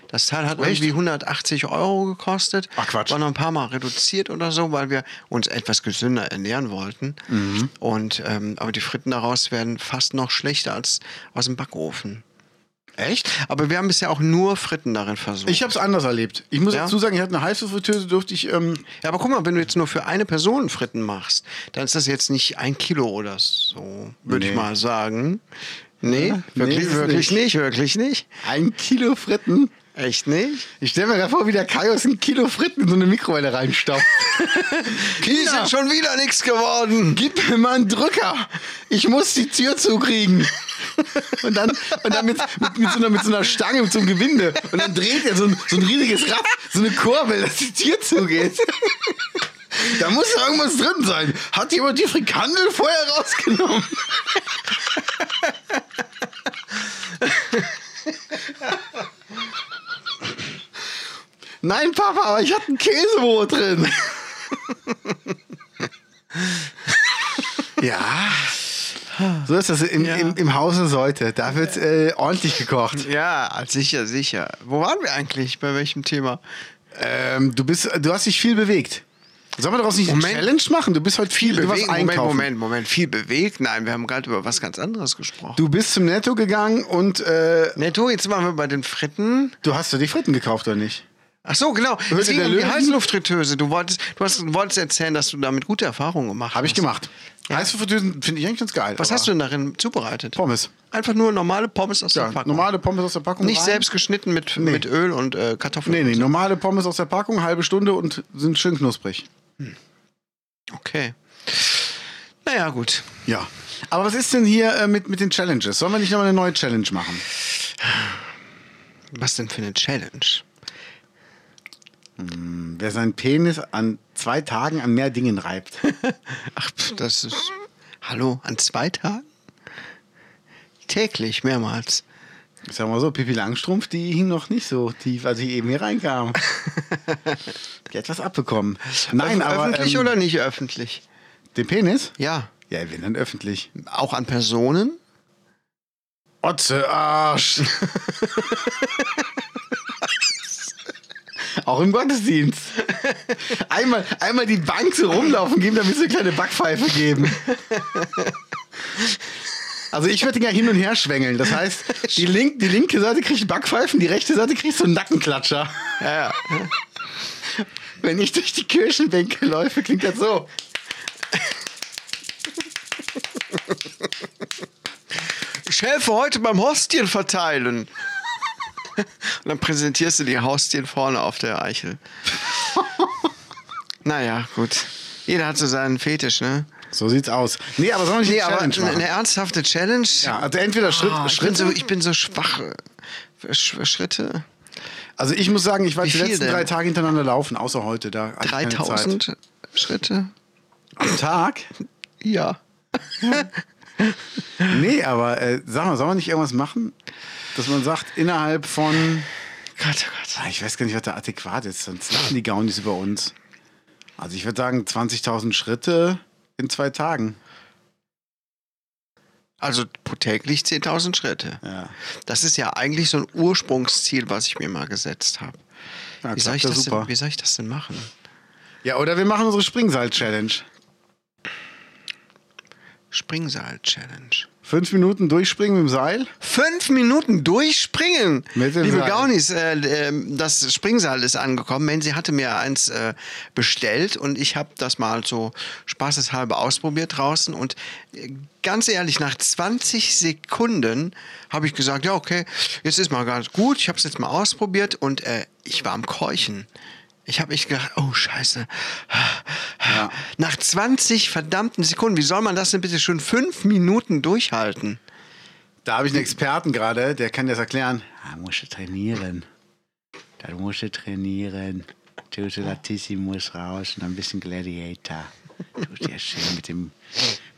Das Teil hat
Echt?
irgendwie 180 Euro gekostet.
Ach, Quatsch.
War noch ein paar Mal reduziert oder so, weil wir uns etwas gesünder ernähren wollten.
Mhm.
Und ähm, aber die Fritten daraus werden fast noch schlechter als aus dem Backofen.
Echt?
Aber wir haben bisher auch nur Fritten darin versucht.
Ich habe es anders erlebt. Ich muss
Ja?
dazu sagen, ich hatte eine Heißluftfritteuse, durfte ich ähm,
Ja, aber guck mal, wenn du jetzt nur für eine Person Fritten machst, dann ist das jetzt nicht ein Kilo oder so, würde ich
Nee.
mal sagen. Nee,
Ja, nee,
wirklich,
ist es
wirklich nicht.
nicht.
wirklich nicht.
ein Kilo Fritten.
Echt nicht?
Ich stelle mir gerade vor, wie der Kaios ein Kilo Fritten in so eine Mikrowelle reinstopft.
Die
Kinder,
sind schon wieder nichts geworden.
gib mir mal einen Drücker. Ich muss die Tür zukriegen. Und dann, und dann mit, mit, mit, so einer, mit so einer Stange, mit so einem Gewinde. Und dann dreht er so ein, so ein riesiges Rad, so eine Kurbel, dass die Tür zugeht. Da muss ja irgendwas drin sein. Hat jemand die Frikandel vorher rausgenommen? Nein, Papa, aber ich hatte ein Käsebrot drin. ja. So ist das im,
Ja.
im, im Hause sollte. Da wird äh, ordentlich gekocht.
Ja, sicher, sicher. Wo waren wir eigentlich? Bei welchem Thema?
Ähm, du, bist, du hast dich viel bewegt. Sollen wir daraus nicht
Moment.
eine Challenge machen? Du bist heute viel, du warst
Bewegen- Moment,
einkaufen.
Moment, Moment. Viel bewegt? Nein, wir haben gerade über was ganz anderes gesprochen.
Du bist zum Netto gegangen und äh,
Netto, jetzt waren wir bei den Fritten.
du hast dir die Fritten gekauft, oder nicht?
Ach so, genau.
Hürde
Es ging
der
um die
Löwen?
Heißluftfritteuse. Du wolltest, du hast, du wolltest erzählen, dass du damit gute Erfahrungen gemacht hast.
Habe ich gemacht. Reisverdüsen finde ich eigentlich ganz geil.
Was hast du denn darin zubereitet?
Pommes.
Einfach nur normale Pommes aus
Ja,
der Packung.
normale Pommes aus der Packung.
Nicht
rein.
selbst geschnitten mit, mit Öl und äh, Kartoffeln.
Nee, nee, normale Pommes aus der Packung, halbe Stunde und sind schön knusprig.
Okay. Naja, gut.
Ja. Aber was ist denn hier äh, mit, mit den Challenges? Sollen wir nicht nochmal eine neue Challenge machen?
Was denn für eine Challenge?
Wer seinen Penis an zwei Tagen an mehr Dingen reibt.
Ach, pf, das
*laughs*
ist. Hallo, an zwei Tagen? Täglich, mehrmals.
Ich sag mal so, Pippi Langstrumpf, die hing noch nicht so tief, als ich eben
*laughs*
hier reinkam. die hat was abbekommen. Nein,
Öff-
aber.
öffentlich
ähm,
oder nicht öffentlich?
Den Penis?
Ja.
Ja, wenn dann öffentlich.
Auch an Personen?
Otze Arsch! *laughs* Auch im Gottesdienst. Einmal, einmal die Bank so rumlaufen geben, damit sie eine kleine Backpfeife geben. Also ich würde den ja hin und her schwängeln. Das heißt, die, link, die linke Seite kriegt Backpfeifen, die rechte Seite kriegt so einen Nackenklatscher.
Ja, ja.
Wenn ich durch die Kirchenbänke läufe, klingt das so.
Ich helfe heute beim Hostien verteilen. *laughs* Und dann präsentierst du die Haustien vorne auf der *laughs* Eichel. naja, gut. Jeder hat so seinen Fetisch, ne?
So sieht's aus. Nee, aber soll ich
Nee,
nee,
aber
Challenge
eine,
machen?
eine ernsthafte Challenge.
Ja, also entweder Schritt,
Ah, ich, bin
Schritte.
so, ich bin so schwach. äh, Sch Schritte.
also ich muss sagen, ich war
Wie
die
viel
letzten
denn?
drei Tage hintereinander laufen, außer heute. Da hatte ich keine Zeit.
3000 Schritte?
am Tag?
Ja.
Nee, aber äh, sag mal, soll man nicht irgendwas machen, dass man sagt, innerhalb von,
Gott, oh Gott.
Ah, ich weiß gar nicht, was da adäquat ist, sonst lachen die Gaunis über uns. Also ich würde sagen, 20.000 Schritte in zwei Tagen.
Also pro täglich 10.000 Schritte.
Ja.
Das ist ja eigentlich so ein Ursprungsziel, was ich mir mal gesetzt habe.
Ja,
Wie, soll
klappt
ich
ja
das
super.
denn- wie soll ich das denn machen?
Ja, oder wir machen unsere Springseil-Challenge.
Springseil-Challenge.
Fünf Minuten durchspringen mit dem Seil.
Fünf Minuten durchspringen.
Mit dem
Liebe
Seil.
Gaunis, äh, ähm, das Springseil ist angekommen. Menzi hatte mir eins äh, bestellt und ich habe das mal so spaßeshalber ausprobiert draußen. Und äh, ganz ehrlich, nach 20 Sekunden habe ich gesagt, ja okay, jetzt ist mal ganz gut. Ich habe es jetzt mal ausprobiert und äh, ich war am Keuchen. Ich habe echt gedacht, oh Scheiße. Nach 20 verdammten Sekunden, wie soll man das denn bitte schon fünf Minuten durchhalten?
Da habe ich einen Experten gerade, der kann dir das erklären. Da Ah, musst du trainieren. Da musst du trainieren. Tut Latissimus raus und ein bisschen Gladiator. Tut dir schön mit dem,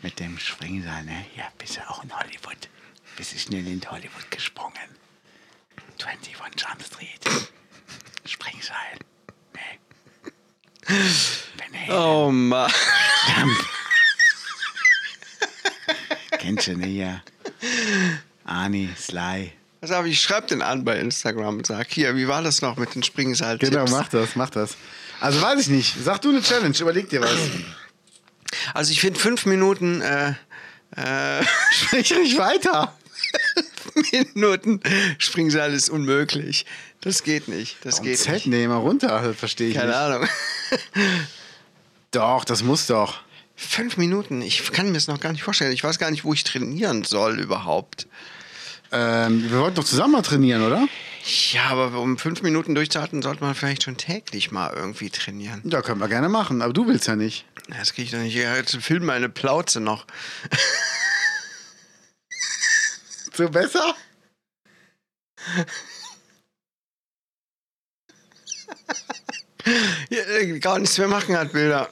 mit dem Springseil, ne? Ja, bist du auch in Hollywood. Bist du schnell in Hollywood gesprungen. 21 Jump Street. Springseil. Ne? Van Halen.
Oh Mann.
Kennst du nicht, ja? Ani, Sly.
Pass auf, ich schreibe den an bei Instagram und sag, hier, wie war das noch mit den springseil
Genau, mach das, mach das. Also weiß ich nicht. Sag du eine Challenge, überleg dir was.
Also ich finde fünf Minuten, äh, äh,
*laughs*
*laughs*
Sprich nicht weiter.
Minuten Springseil ist unmöglich. Das geht nicht. Das
Warum
geht nicht.
zählt denn der immer runter? Also, Das verstehe ich
Keine
nicht.
Ahnung. *laughs*
Doch, das muss doch.
Fünf Minuten, ich kann mir das noch gar nicht vorstellen. Ich weiß gar nicht, wo ich trainieren soll überhaupt.
Ähm, wir wollten doch zusammen mal trainieren, oder?
Ja, aber um fünf Minuten durchzuhalten, sollte man vielleicht schon täglich mal irgendwie trainieren.
Ja, können wir gerne machen, aber du willst ja nicht.
Das kriege ich doch nicht. Ja, Jetzt film meine Plauze noch.
So besser?
Ja, äh, Gar nichts mehr machen hat Bilder.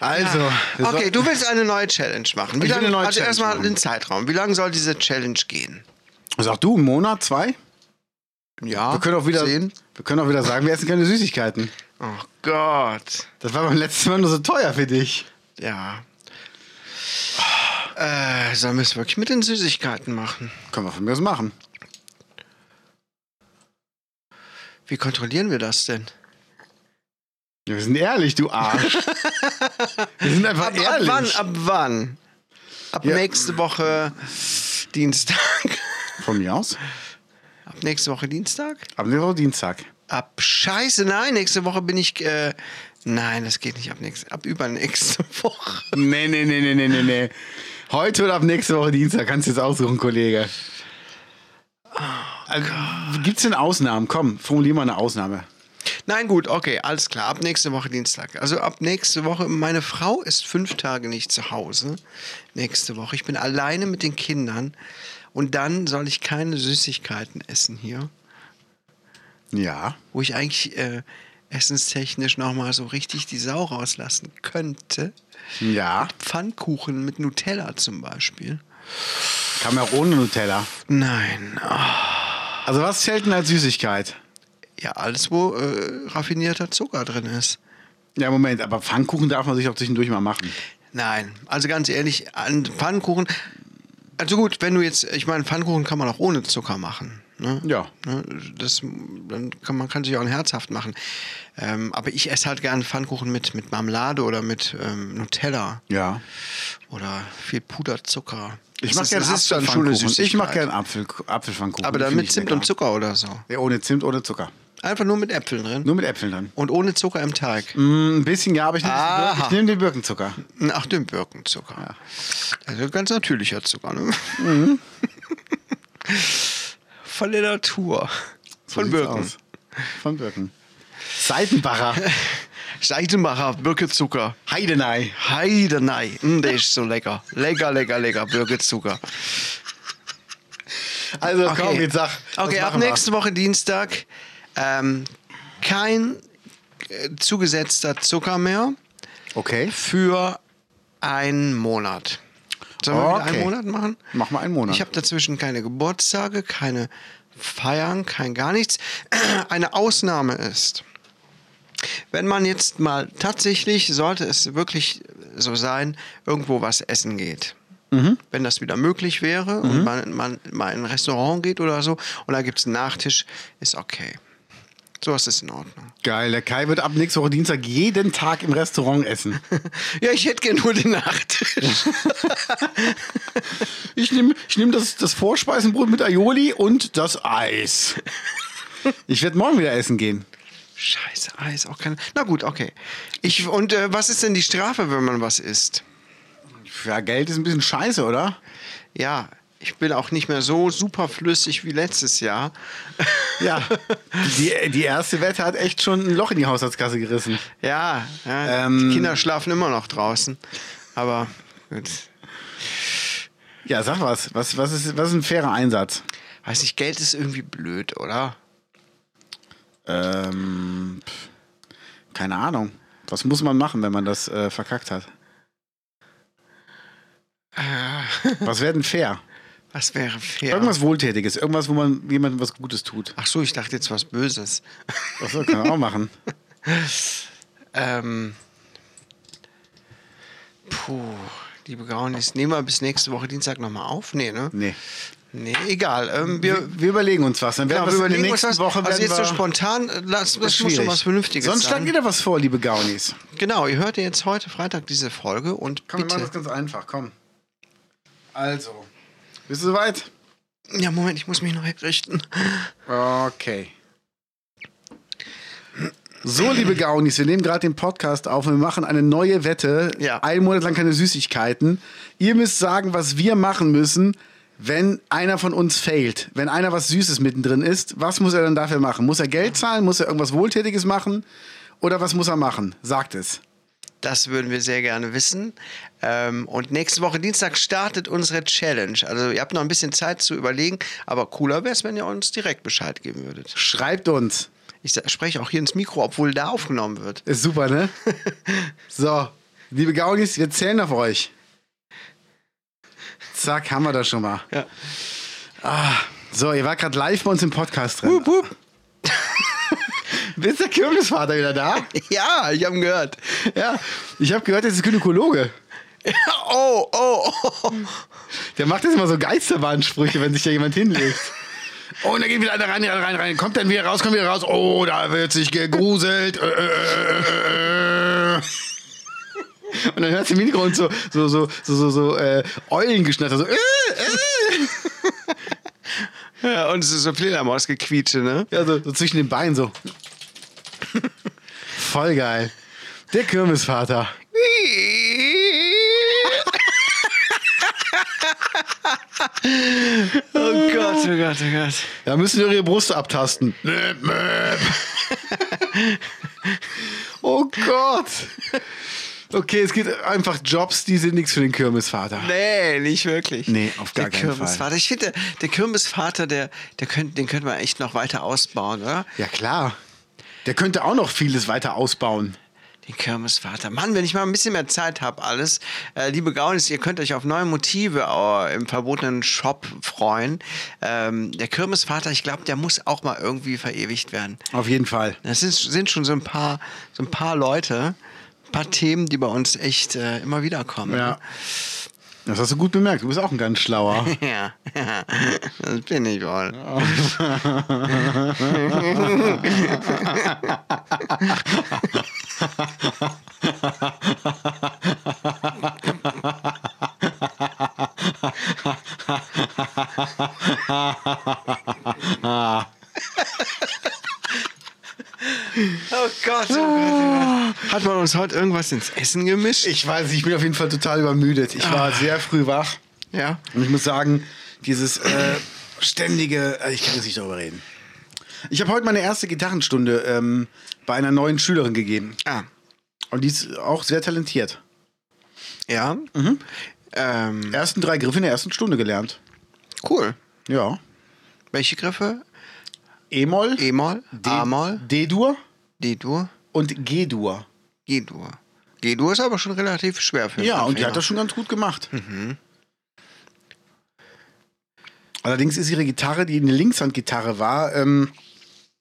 Also, wir
Ah, Okay,
sollten-
du willst eine neue Challenge machen. Wie
Ich will
lange,
eine neue
also
Challenge
erstmal
machen.
den Zeitraum. Wie lange soll diese Challenge gehen?
Sag du, einen Monat, zwei?
Ja. Ah,
Wir können auch wieder,
sehen.
wir können auch wieder sagen, wir essen keine Süßigkeiten.
Oh Gott.
Das war beim letzten Mal nur so teuer für dich.
Ja. Äh, sollen wir es wirklich mit den Süßigkeiten machen?
Können wir von mir aus machen.
Wie kontrollieren wir das denn?
Ja, wir sind ehrlich,
*laughs*
du Arsch. wir sind einfach
Ab, ab
ehrlich.
wann? Ab wann? Ab
Ja.
nächste Woche Dienstag. *laughs*
Von mir aus?
Ab nächste Woche Dienstag?
Ab nächste Woche Dienstag.
Ab Scheiße, nein, nächste Woche bin ich äh, Nein, das geht nicht ab nächst, ab übernächste *laughs* Woche.
Nee, nee, nee, nee, nee, nee, nee. Heute oder ab nächste Woche Dienstag, kannst du jetzt aussuchen, Kollege. Also, Gibt es denn Ausnahmen? Komm, formulier mal eine Ausnahme.
Nein, gut, okay, alles klar. Ab nächste Woche Dienstag. Also ab nächste Woche. Meine Frau ist fünf Tage nicht zu Hause. Nächste Woche. Ich bin alleine mit den Kindern. Und dann soll ich keine Süßigkeiten essen hier.
Ja.
Wo ich eigentlich äh, essenstechnisch nochmal so richtig die Sau rauslassen könnte.
Ja.
Pfannkuchen mit Nutella zum Beispiel.
Kam ja auch ohne Nutella.
Nein. Ah,
Also, was zählt denn als Süßigkeit?
Ja, alles, wo äh, raffinierter Zucker drin ist.
Ja, Moment, aber Pfannkuchen darf man sich auch zwischendurch mal machen.
Nein, also ganz ehrlich, an Pfannkuchen. Also gut, wenn du jetzt, ich meine, Pfannkuchen kann man auch ohne Zucker machen. Ne?
Ja.
Ne? Das, dann kann man kann sich auch einen herzhaft machen. Ähm, aber ich esse halt gerne Pfannkuchen mit, mit Marmelade oder mit ähm, Nutella
Ja.
oder viel Puderzucker.
Ich
Das
mache
ist-
gerne
das ist schon schöne
Apfelpfannkuchen. Ich mache
Süßigkeit.
gerne Apfel, Apfelpfannkuchen.
Aber dann
Find
mit
ich
Zimt
lecker.
und Zucker oder so.
Ja, ohne Zimt, ohne Zucker.
Einfach nur mit Äpfeln drin.
Nur mit Äpfeln drin.
Und ohne Zucker im Teig.
Mm, ein bisschen, ja, aber ich nehme
Aha.
den Bir- ich nehm den Birkenzucker.
Ach, den Birkenzucker. Also ganz natürlicher Zucker, ne? *laughs* Von der Natur.
So
Von
sieht's
Birken. *laughs*
aus. Von Birken. Seitenbacher.
Seitenbacher, Birkezucker.
Heidenei.
Heidenei. Mm, der ist so lecker. Lecker, lecker, lecker. Birkezucker.
Also komm, jetzt sag. was
Okay, ab
machen wir?
nächste Woche Dienstag. Ähm, kein äh, zugesetzter Zucker mehr
Okay,
für einen Monat. Sollen wir wieder
Okay.
einen Monat machen?
mach mal einen Monat.
Ich habe dazwischen keine Geburtstage, keine Feiern, kein gar nichts. *clears throat* Eine Ausnahme ist, wenn man jetzt mal tatsächlich, sollte es wirklich so sein, irgendwo was essen geht.
Mhm.
Wenn das wieder möglich wäre und man, man mal in ein Restaurant geht oder so und da gibt es einen Nachtisch, ist okay. Sowas ist in Ordnung. *laughs*
Geil, der Kai wird ab nächste Woche Dienstag jeden Tag im Restaurant essen.
Ja, ich hätte gerne nur den
*laughs*
Nachtisch.
Ich nehme ich nehm das, das Vorspeisenbrot mit Aioli und das Eis. Ich werde morgen wieder essen gehen.
Scheiße, Eis auch keine. Na gut, okay. Ich, und äh, was ist denn die Strafe, wenn man was isst?
Ja, Geld ist ein bisschen scheiße, oder?
Ja, ich bin auch nicht mehr so super flüssig wie letztes Jahr.
Ja. Die, die erste Wette hat echt schon ein Loch in die Haushaltskasse gerissen.
Ja, ja
Ähm.
die Kinder schlafen immer noch draußen. Aber gut.
Ja, sag was. Was, was, ist, was ist ein fairer Einsatz?
Weiß nicht, Geld ist irgendwie blöd, oder?
Ähm, pff, keine Ahnung. Was muss man machen, wenn man das äh, verkackt hat?
Äh.
Was wäre denn fair?
Was wäre fair?
Irgendwas Wohltätiges, irgendwas, wo man jemandem was Gutes tut.
Ach so, ich dachte jetzt was Böses.
Achso, kann man auch machen.
Ähm. Puh, liebe Gaunis, nehmen wir bis nächste Woche Dienstag nochmal auf? Nee, ne?
Nee.
Nee, egal. Ähm, wir,
Wir, wir überlegen uns was. Dann werden
genau, wir
wir es in
überlegen uns
der nächsten
was.
Woche
also
werden
jetzt
wir
so spontan, äh, lass, das muss schon
schwierig.
was Vernünftiges
Sonst
sein.
schlagt wieder was vor, liebe Gaunis.
Genau, ihr hört ja jetzt heute Freitag diese Folge und
Komm, wir machen
bitte.
das ganz einfach, komm. Also. Bist du soweit?
Ja, Moment, ich muss mich noch richten.
Okay. So, liebe Gaunis, wir nehmen gerade den Podcast auf und wir machen eine neue Wette.
Ja.
Einen Monat lang keine Süßigkeiten. Ihr müsst sagen, was wir machen müssen, wenn einer von uns failt. Wenn einer was Süßes mittendrin ist, was muss er dann dafür machen? Muss er Geld zahlen? Muss er irgendwas Wohltätiges machen? Oder was muss er machen? Sagt es.
Das würden wir sehr gerne wissen. Ähm, und nächste Woche Dienstag startet unsere Challenge. Also ihr habt noch ein bisschen Zeit zu überlegen, aber cooler wäre es, wenn ihr uns direkt Bescheid geben würdet.
Schreibt uns.
Ich sa- spreche auch hier ins Mikro, obwohl da aufgenommen wird.
Ist super, ne? *laughs* so, liebe Gaunis, wir zählen auf euch. Zack, haben wir das schon mal. Ah,
Ja.
So, ihr wart gerade live bei uns im Podcast drin. Ist der Kirmesvater wieder da?
*laughs* Ja, ich habe gehört. *laughs*
Ja, ich habe gehört, er ist Gynäkologe.
Oh, oh, oh.
Hm. Der macht jetzt immer so Geisterwarnsprüche, wenn sich da jemand hinlegt. Oh, und da geht wieder einer rein, rein, rein, rein. Kommt dann wieder raus, kommt wieder raus. Oh, da wird sich gegruselt. Äh, äh, äh, äh. Und dann hört sie im Hintergrund so, so, so, so, so, so äh, Eulengeschnatter. So, äh, äh.
Ja, und es ist so Fledermausgequietsche, ne?
Ja, so, so zwischen den Beinen so. Voll geil. Der Kirmesvater.
Oh Gott, oh Gott, oh Gott.
Da müssen wir ihre Brust *laughs* abtasten. Möp, möp. oh Gott. Okay, es gibt einfach Jobs, die sind nichts für den Kirmesvater.
Nee, nicht wirklich.
Nee, auf
der
gar keinen Fall.
Kirmesvater. Ich finde, der, der Kirmesvater, der, der könnt, den könnte man echt noch weiter ausbauen, oder?
Ja, klar. Der könnte auch noch vieles weiter ausbauen.
Den Kirmesvater. Mann, wenn ich mal ein bisschen mehr Zeit habe, alles. Äh, liebe Gaunis, ihr könnt euch auf neue Motive äh, im verbotenen Shop freuen. Ähm, der Kirmesvater, ich glaube, der muss auch mal irgendwie verewigt werden.
Auf jeden Fall.
Das sind, sind schon so ein paar, so ein paar Leute, ein paar Themen, die bei uns echt äh, immer wieder kommen.
Ja. Das hast du gut bemerkt. Du bist auch ein ganz schlauer.
Ja, *laughs* ja, das bin ich wohl. Oh Gott, oh Gott, oh Gott. Hat man uns heute irgendwas ins Essen gemischt?
*laughs* Ich weiß, nicht, ich bin auf jeden Fall total übermüdet. Ich war sehr früh wach.
ja.
Und ich muss sagen, dieses äh, ständige, äh, ich kann jetzt nicht darüber reden. Ich habe heute meine erste Gitarrenstunde ähm, bei einer neuen Schülerin gegeben.
Ah,
Und die ist auch sehr talentiert.
ja. Ähm,
Ersten drei Griffe in der ersten Stunde gelernt.
cool.
Ja.
Welche Griffe?
E-Moll,
E-Moll,
D-
E-, A-Moll,
D-Dur
D-Dur,
und G-Dur.
G-Dur. G-Dur ist aber schon relativ schwer für einen
Ja, und die
Anfänger.
hat das schon ganz gut gemacht. Allerdings ist ihre Gitarre, die eine Linkshandgitarre war, ähm,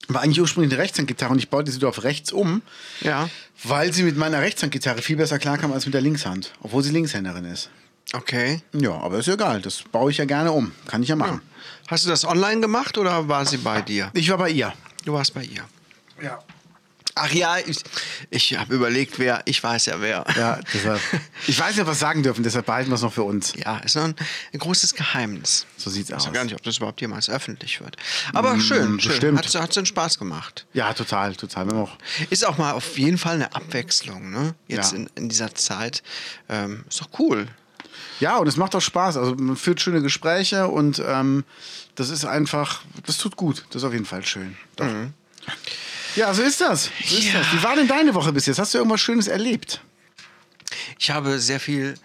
war eigentlich ursprünglich eine Rechtshandgitarre und ich baute sie auf rechts um,
Ja,
weil sie mit meiner Rechtshandgitarre viel besser klarkam als mit der Linkshand, obwohl sie Linkshänderin ist.
okay.
Ja, aber ist ja egal, das baue ich ja gerne um, kann ich ja machen.
Hast du das online gemacht oder war sie bei dir?
Ich war bei ihr.
Du warst bei ihr.
Ja.
Ach ja, ich, ich habe überlegt, wer. Ich weiß ja, wer.
Ja, *laughs* deshalb. ich weiß nicht, ob wir es sagen dürfen, deshalb behalten wir es noch für uns.
*laughs* Ja, ist noch ein, ein großes Geheimnis.
So sieht's
Ich
aus. Mm,
weiß gar nicht, ob das überhaupt jemals öffentlich wird. Aber schön, schön.
bestimmt.
Hat hat so einen Spaß gemacht.
Ja, total, total. Wir haben auch
Ist auch mal auf jeden Fall eine Abwechslung, ne? Jetzt
Ja.
in, in dieser Zeit. Ähm, ist doch cool.
Ja, und es macht auch Spaß. Also man führt schöne Gespräche und ähm, das ist einfach, das tut gut. Das ist auf jeden Fall schön. Doch. Ja, so ist das. So ist
Ja.
das. Wie war denn deine Woche bis jetzt? Hast du irgendwas Schönes erlebt?
Ich habe sehr viel,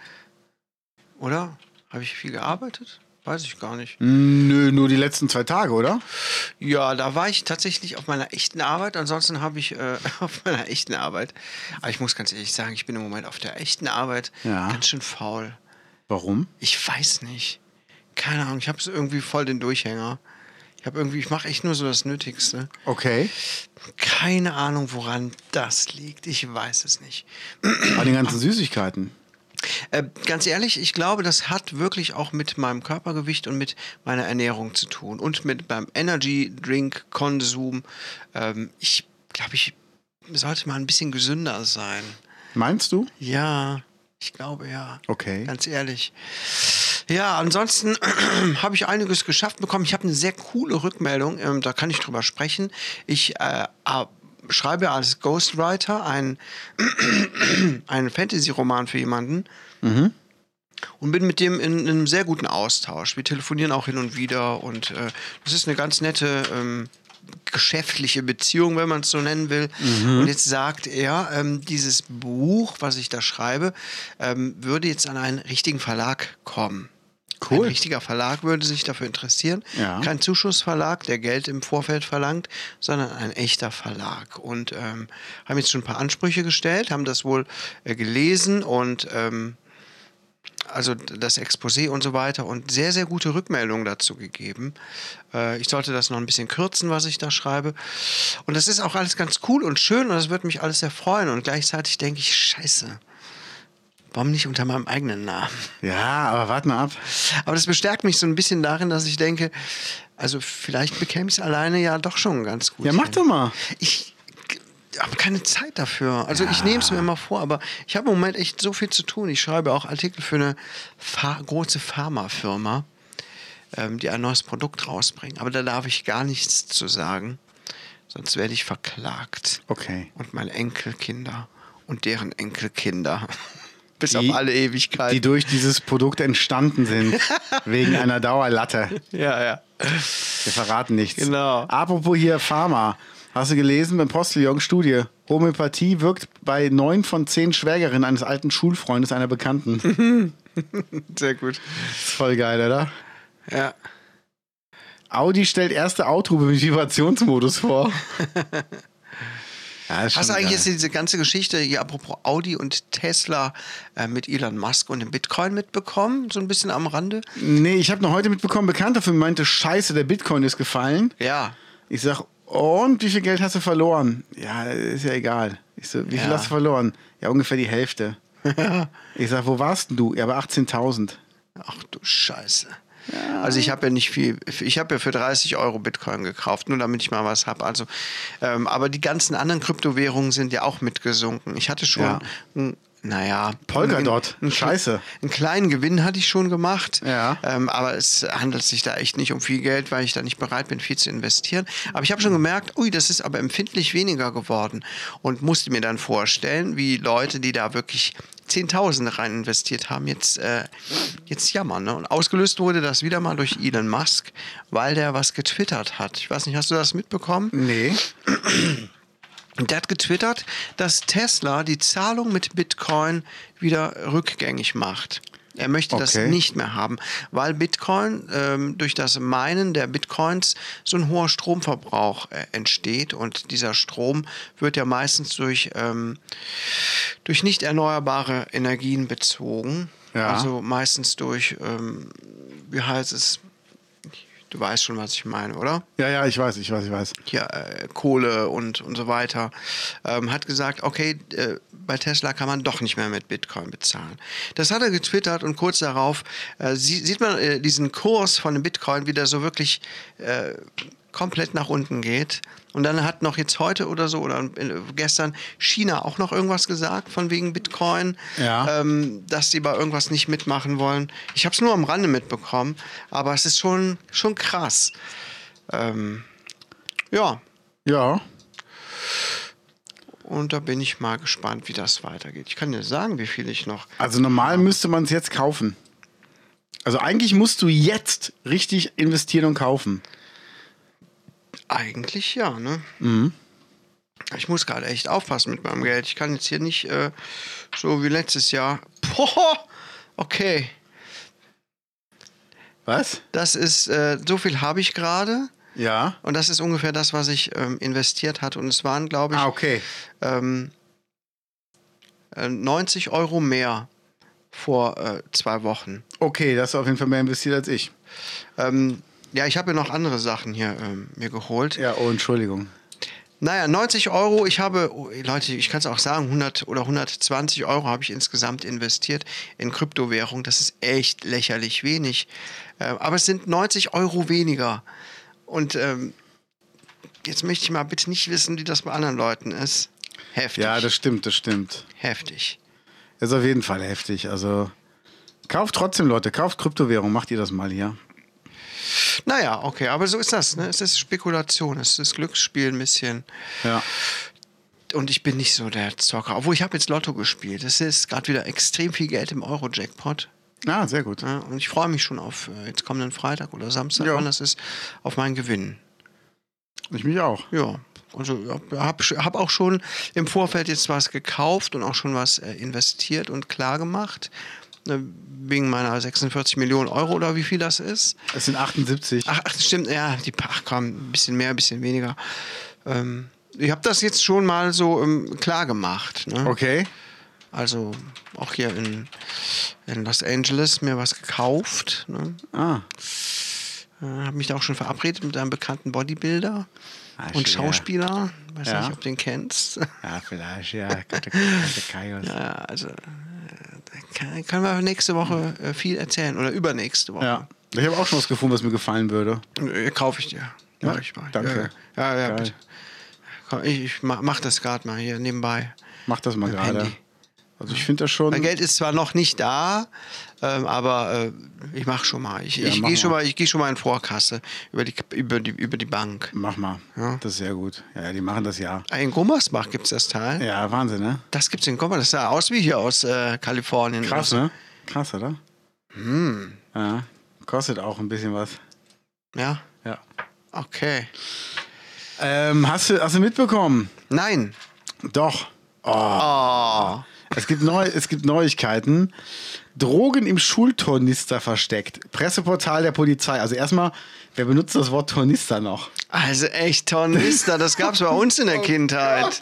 oder? Habe ich viel gearbeitet? Weiß ich gar nicht.
Nö, nur die letzten zwei Tage, oder?
Ja, da war ich tatsächlich auf meiner echten Arbeit. Ansonsten habe ich äh, *laughs* auf meiner echten Arbeit. Aber ich muss ganz ehrlich sagen, ich bin im Moment auf der echten Arbeit
Ja.
ganz schön faul.
Warum?
Ich weiß nicht. Keine Ahnung, ich habe so irgendwie voll den Durchhänger. Ich habe irgendwie, ich mache echt nur so das Nötigste.
Okay.
Keine Ahnung, woran das liegt. Ich weiß es nicht.
Bei den ganzen Süßigkeiten.
Äh, ganz ehrlich, ich glaube, das hat wirklich auch mit meinem Körpergewicht und mit meiner Ernährung zu tun und mit meinem Energy Drink Konsum. Ähm, ich glaube, ich sollte mal ein bisschen gesünder sein.
Meinst du?
Ja, ich glaube ja.
Okay.
Ganz ehrlich. Ja, ansonsten *clears throat* habe ich einiges geschafft bekommen. Ich habe eine sehr coole Rückmeldung, ähm, da kann ich drüber sprechen. Ich äh, ab- schreibe als Ghostwriter einen, *clears throat* einen Fantasy-Roman für jemanden und bin mit dem in, in einem sehr guten Austausch. Wir telefonieren auch hin und wieder und äh, das ist eine ganz nette ähm, geschäftliche Beziehung, wenn man es so nennen will. Und jetzt sagt er, ähm, dieses Buch, was ich da schreibe, ähm, würde jetzt an einen richtigen Verlag kommen.
Cool.
Ein richtiger Verlag würde sich dafür interessieren.
Ja.
Kein Zuschussverlag, der Geld im Vorfeld verlangt, sondern ein echter Verlag. Und ähm, haben jetzt schon ein paar Ansprüche gestellt, haben das wohl äh, gelesen und ähm, also das Exposé und so weiter und sehr, sehr gute Rückmeldungen dazu gegeben. Äh, ich sollte das noch ein bisschen kürzen, was ich da schreibe. Und das ist auch alles ganz cool und schön und das wird mich alles sehr freuen. Und gleichzeitig denke ich, scheiße, warum nicht unter meinem eigenen Namen?
Ja, aber warte mal ab.
Aber das bestärkt mich so ein bisschen darin, dass ich denke, also vielleicht bekäme ich es alleine ja doch schon ganz gut.
Ja, mach doch mal.
Ich habe keine Zeit dafür. Also ich nehme es mir immer vor, aber ich habe im Moment echt so viel zu tun. Ich schreibe auch Artikel für eine Pha große Pharmafirma, ähm, die ein neues Produkt rausbringen. Aber da darf ich gar nichts zu sagen, sonst werde ich verklagt.
Okay.
Und meine Enkelkinder und deren Enkelkinder. *laughs* Bis
Die-
auf alle Ewigkeit.
die durch dieses Produkt entstanden *laughs* sind. wegen einer Dauerlatte.
ja, ja.
Wir verraten nichts.
Genau.
Apropos hier Pharma. Hast du gelesen beim Postillon Studie? Homöopathie wirkt bei neun von zehn Schwägerinnen eines alten Schulfreundes einer *laughs* Bekannten. Das
Sehr gut.
ist voll geil, oder?
Ja.
Audi stellt erste Autobe *laughs* mit Vibrationsmodus vor. *laughs* Ja, ist
Hast du
schon
eigentlich
geil.
jetzt diese ganze Geschichte hier apropos Audi und Tesla äh, mit Elon Musk und dem Bitcoin mitbekommen? So ein bisschen am Rande?
Nee, ich habe noch heute mitbekommen, Bekannter von mir meinte, scheiße, der Bitcoin ist gefallen.
Ja.
Ich sag, und wie viel Geld hast du verloren? Ja, ist ja egal. Ich so, wie viel
Ja.
hast du verloren? Ja, ungefähr die *laughs* Hälfte. ich sag, wo warst denn du? Ja, bei 18.000.
Ach du Scheiße. Also ich habe ja nicht viel, ich habe ja für 30 Euro Bitcoin gekauft, nur damit ich mal was habe. Also, ähm, aber die ganzen anderen Kryptowährungen sind ja auch mitgesunken. Ich hatte schon,
Ja.
n- naja,
Polkadot.
einen- einen-
Scheiße.
Einen kleinen Gewinn hatte ich schon gemacht.
Ja.
Ähm, aber es handelt sich da echt nicht um viel Geld, weil ich da nicht bereit bin, viel zu investieren. Aber ich habe schon gemerkt, ui, das ist aber empfindlich weniger geworden. Und musste mir dann vorstellen, wie Leute, die da wirklich Zehntausende rein investiert haben, jetzt, äh, jetzt jammern. Ne? Und ausgelöst wurde das wieder mal durch Elon Musk, weil der was getwittert hat. Ich weiß nicht, hast du das mitbekommen?
Nee.
Und der hat getwittert, dass Tesla die Zahlung mit Bitcoin wieder rückgängig macht. Er möchte das
Okay.
nicht mehr haben, weil Bitcoin ähm, durch das Meinen der Bitcoins so ein hoher Stromverbrauch äh, entsteht und dieser Strom wird ja meistens durch, ähm, durch nicht erneuerbare Energien bezogen.
Ja.
Also meistens durch, ähm, wie heißt es? Du weißt schon, was ich meine, oder?
Ja, ja, ich weiß, ich weiß, ich weiß.
hier äh, Kohle und, und so weiter, ähm, hat gesagt, okay, äh, bei Tesla kann man doch nicht mehr mit Bitcoin bezahlen. Das hat er getwittert und kurz darauf äh, sie, sieht man äh, diesen Kurs von dem Bitcoin, wie der so wirklich äh, komplett nach unten geht. Und dann hat noch jetzt heute oder so oder äh, gestern China auch noch irgendwas gesagt von wegen Bitcoin,
Ja.
ähm, dass die bei irgendwas nicht mitmachen wollen. Ich habe es nur am Rande mitbekommen, aber es ist schon, schon krass. Ähm, ja,
Ja.
und da bin ich mal gespannt, wie das weitergeht. Ich kann dir sagen, wie viel ich noch.
Also normal müsste man es jetzt kaufen. Also eigentlich musst du jetzt richtig investieren und kaufen.
Eigentlich ja, ne? Ich muss gerade echt aufpassen mit meinem Geld. Ich kann jetzt hier nicht äh, so wie letztes Jahr. Boah, okay.
Was?
Das ist, äh, so viel habe ich gerade.
Ja.
Und das ist ungefähr das, was ich ähm, investiert hatte. Und es waren, glaube ich,
Ah, okay.
ähm, äh, 90 Euro mehr vor äh, zwei Wochen.
Okay, das ist auf jeden Fall mehr investiert als ich.
Ähm, ja, ich habe ja noch andere Sachen hier ähm, mir geholt.
Ja, oh, Entschuldigung.
Naja, 90 Euro. Ich habe, oh, Leute, ich kann es auch sagen, 100 oder 120 Euro habe ich insgesamt investiert in Kryptowährung. Das ist echt lächerlich wenig. Äh, aber es sind 90 Euro weniger. Und ähm, jetzt möchte ich mal bitte nicht wissen, wie das bei anderen Leuten ist. Heftig.
Ja, das stimmt, das stimmt.
Heftig.
Ist auf jeden Fall heftig. Also kauft trotzdem, Leute, kauft Kryptowährung, macht ihr das mal hier.
Naja, okay, aber so ist das. Ne? Es ist Spekulation, es ist Glücksspiel ein bisschen.
Ja.
Und ich bin nicht so der Zocker. Obwohl, ich habe jetzt Lotto gespielt. Es ist gerade wieder extrem viel Geld im Euro-Jackpot.
Ah, sehr gut.
Ja, Ne? und ich freue mich schon auf äh, jetzt kommenden Freitag oder Samstag,
Ja.
wann das ist, auf meinen Gewinn.
Ich mich auch.
Ja, also habe hab, sch- hab auch schon im Vorfeld jetzt was gekauft und auch schon was äh, investiert und klar gemacht. Ne, Wegen meiner 46 Millionen Euro oder wie viel das ist.
Es sind 78.
Ach, ach stimmt, ja, die ach, komm, ein bisschen mehr, ein bisschen weniger. Ähm, ich habe das jetzt schon mal so ähm, klar gemacht. Ne?
Okay.
Also auch hier in, in Los Angeles mir was gekauft. Ne?
Ah.
Äh, habe mich da auch schon verabredet mit einem bekannten Bodybuilder
Ah,
und
shit, ja.
Schauspieler. Weiß
Ja.
nicht, ob du den kennst. *laughs*
Ja, vielleicht, ja. Gott, Gott, Kaios.
Ja, also äh, da kann, können wir nächste Woche äh, viel erzählen oder übernächste Woche.
*laughs* Ja. Ich habe auch schon was gefunden, was mir gefallen würde.
Äh, Kaufe ich dir.
Ja,
Mach ich mal.
danke.
Ja, ja, ja
Geil.
bitte. Komm, ich, ich mach, mach das gerade mal hier nebenbei.
Mach das mal
Mit dem
gerade.
Handy.
Also ich finde das schon.
Mein Geld ist zwar noch nicht da, ähm, aber äh, ich mache schon mal. Ich, ich
mach
gehe schon
mal.
mal, ich gehe schon mal in Vorkasse über die über die über die Bank.
Mach mal. Das ist sehr gut. Ja, ja, die machen das ja.
In Gummersbach gibt es das Teil.
Ja, Wahnsinn, ne?
Das gibt's in Gummersbach. Das sah aus wie hier aus äh, Kalifornien.
Krass, ne? Hm. Krass, oder? Hm. Ja. Kostet auch ein bisschen was.
Ja,
Ja.
okay.
Ähm, hast, du, hast du mitbekommen?
Nein.
Doch. Oh.
Oh.
Es gibt, neu, es gibt Neuigkeiten. Drogen im Schultornister versteckt. Presseportal der Polizei. Also erstmal, wer benutzt das Wort Tornister noch?
Also echt Tornister, das gab's bei uns
*laughs*
in der Kindheit.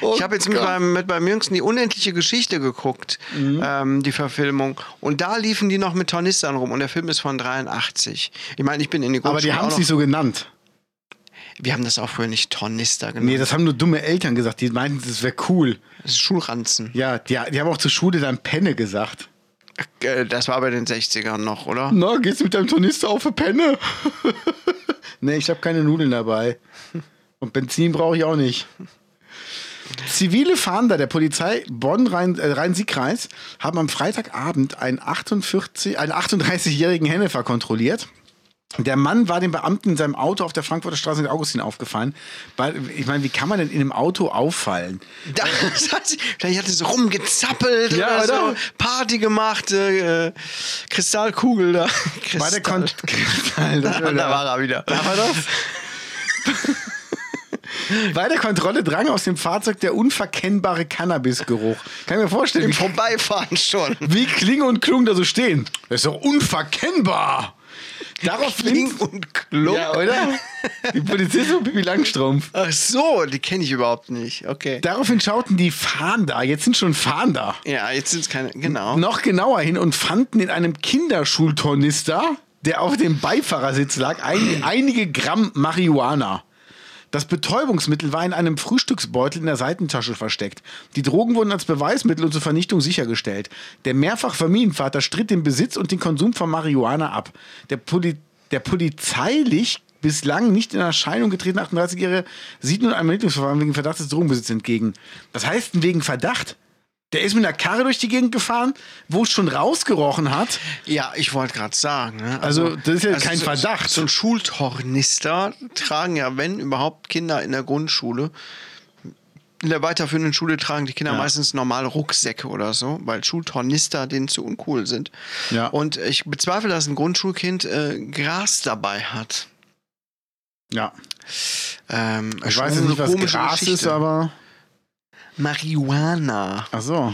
Oh
ich habe jetzt mit
Gott. Mhm.
meinem, mit meinem Jüngsten die unendliche Geschichte geguckt, ähm, die Verfilmung. Und da liefen die noch mit Tornistern rum. Und der Film ist von 83. Ich meine, ich bin in die
Aber die
Grundschule
haben
auch
es
noch-
nicht so genannt.
Wir haben das auch früher nicht Tornister genannt.
Nee, das haben nur dumme Eltern gesagt. Die meinten, das wäre cool.
Das ist Schulranzen.
Ja, die, die haben auch zur Schule dann Penne gesagt.
Äh, Das war bei den 60ern noch, oder?
Na, geht's mit deinem Tornister auf eine Penne? *laughs* nee, ich habe keine Nudeln dabei. Und Benzin brauche ich auch nicht. Zivile Fahnder der Polizei Bonn-Rhein-Sieg-Kreis haben am Freitagabend einen, 48, einen 38-jährigen Hennefer kontrolliert. Der Mann war dem Beamten in seinem Auto auf der Frankfurter Straße in Augustin aufgefallen. Weil, Ich meine, wie kann man denn in einem Auto auffallen?
*laughs* Das hat sie, vielleicht hat sie so rumgezappelt oder,
Ja, oder?
so. Party gemacht. Äh, äh, Kristallkugel da. *laughs* Kristall.
Bei der
*laughs*
*laughs* Kon
da, da war er wieder.
Da war das. Bei der Kontrolle drang aus dem Fahrzeug der unverkennbare Cannabisgeruch. Kann ich mir vorstellen,
Im
wie,
Vorbeifahren
*laughs*
schon.
wie Klinge und Klung da so stehen. Das ist doch unverkennbar. Daraufhin.
Kling und Klug.
Ja, oder? Die Polizistin und Bibi Langstrumpf.
Ach so, die kenne ich überhaupt nicht. Okay.
Daraufhin schauten die Fahnder, jetzt sind schon Fahnder,
ja, jetzt sind es keine. Genau.
noch genauer hin und fanden in einem Kinderschultornister, der auf dem Beifahrersitz lag, ein, einige Gramm Marihuana. Das Betäubungsmittel war in einem Frühstücksbeutel in der Seitentasche versteckt. Die Drogen wurden als Beweismittel und zur Vernichtung sichergestellt. Der mehrfach Familienvater stritt den Besitz und den Konsum von Marihuana ab. Der, Poli der polizeilich bislang nicht in Erscheinung getretene 38-Jährige sieht nun einem Ermittlungsverfahren wegen Verdacht des Drogenbesitzes entgegen. Das heißt, denn wegen Verdacht? Der ist mit einer Karre durch die Gegend gefahren, wo es schon rausgerochen hat.
Ja, ich wollte gerade sagen. Ne?
Also, das ist ja kein
so,
Verdacht.
So ein Schultornister tragen ja, wenn überhaupt, Kinder in der Grundschule. In der weiterführenden Schule tragen die Kinder meistens normale Rucksäcke oder so, weil Schultornister denen zu uncool sind.
Ja.
Und ich bezweifle, dass ein Grundschulkind äh, Gras dabei hat.
Ja,
Ähm,
ich
schon
weiß jetzt
eine
nicht, was
komische
Gras ist,
Geschichte.
aber.
Marihuana,
Ach so.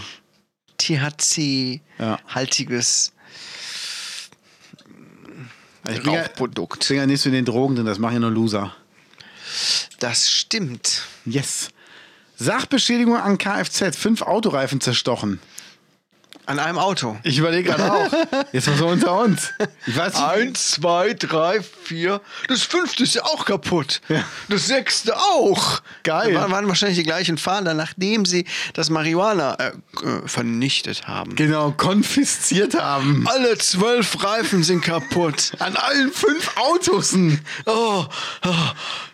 Ja.
THC-haltiges
Ich bin ja,
Rauchprodukt.
deswegen ja nicht so in den Drogen drin, das machen ja nur Loser.
Das stimmt.
Yes. Sachbeschädigung an Kfz, fünf Autoreifen zerstochen.
An einem Auto.
Ich überlege gerade auch. *laughs* Jetzt mal so unter uns. Ich weiß nicht.
zwei, drei, vier. Das fünfte ist ja auch kaputt. Das sechste auch.
Geil.
Geil. Waren, waren wahrscheinlich die gleichen Fahnder, nachdem sie das Marihuana äh, äh, vernichtet haben.
Genau, konfisziert haben.
Alle zwölf Reifen sind *laughs* kaputt.
An allen fünf Autos.
Oh, oh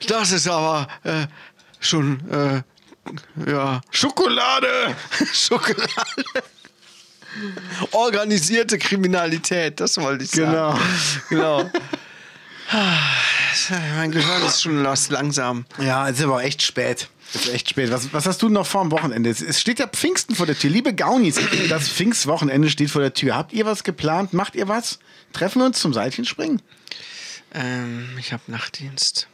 das ist aber äh, schon, äh, ja,
Schokolade.
*laughs* Schokolade. Organisierte Kriminalität, das wollte ich sagen.
Genau.
Genau. Ah, mein Gehirn ist schon los, langsam.
Ja, es ist aber echt spät. Es ist echt spät. Was, was hast du noch vor dem Wochenende? Es- Es steht ja Pfingsten vor der Tür. Liebe Gaunis, *clears throat* das Pfingstwochenende steht vor der Tür. Habt ihr was geplant? Macht ihr was? Treffen wir uns zum Seilchenspringen?
Ähm, ich habe Nachtdienst.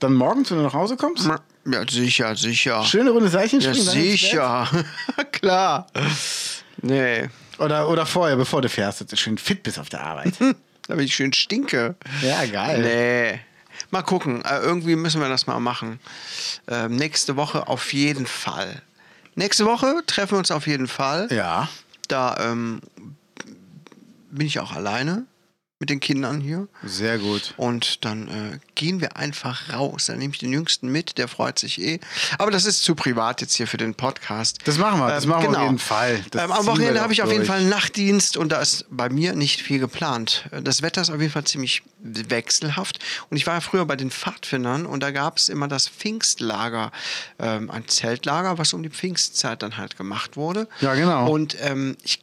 Dann morgens, wenn du nach Hause kommst?
Ja, sicher, sicher.
Schöne Runde
Ja,
Seilchenspringen? dann ins Bett?
sicher. *laughs* Klar. Nee,
Oder, oder vorher, bevor du fährst, dass du schön fit bist auf der Arbeit.
damit ich schön stinke.
Ja, geil.
Nee. Mal gucken. Äh, irgendwie müssen wir das mal machen. Ähm, nächste Woche auf jeden Fall. Nächste Woche treffen wir uns auf jeden Fall.
*laughs* Ja.
Da ähm, bin ich auch alleine. mit den Kindern hier.
Sehr gut.
Und dann äh, gehen wir einfach raus. Dann nehme ich den Jüngsten mit, der freut sich eh. Aber das ist zu privat jetzt hier für den Podcast.
Das machen wir, das machen wir auf jeden Fall. Das
Ähm,
ziehen
am
wir
Wochenende
doch
habe ich auf jeden
durch.
Fall einen Nachtdienst und da ist bei mir nicht viel geplant. Äh, Das Wetter ist auf jeden Fall ziemlich wechselhaft. Und ich war ja früher bei den Pfadfindern und da gab es immer das Pfingstlager, ähm, ein Zeltlager, was um die Pfingstzeit dann halt gemacht wurde.
Ja, genau.
Und ähm, ich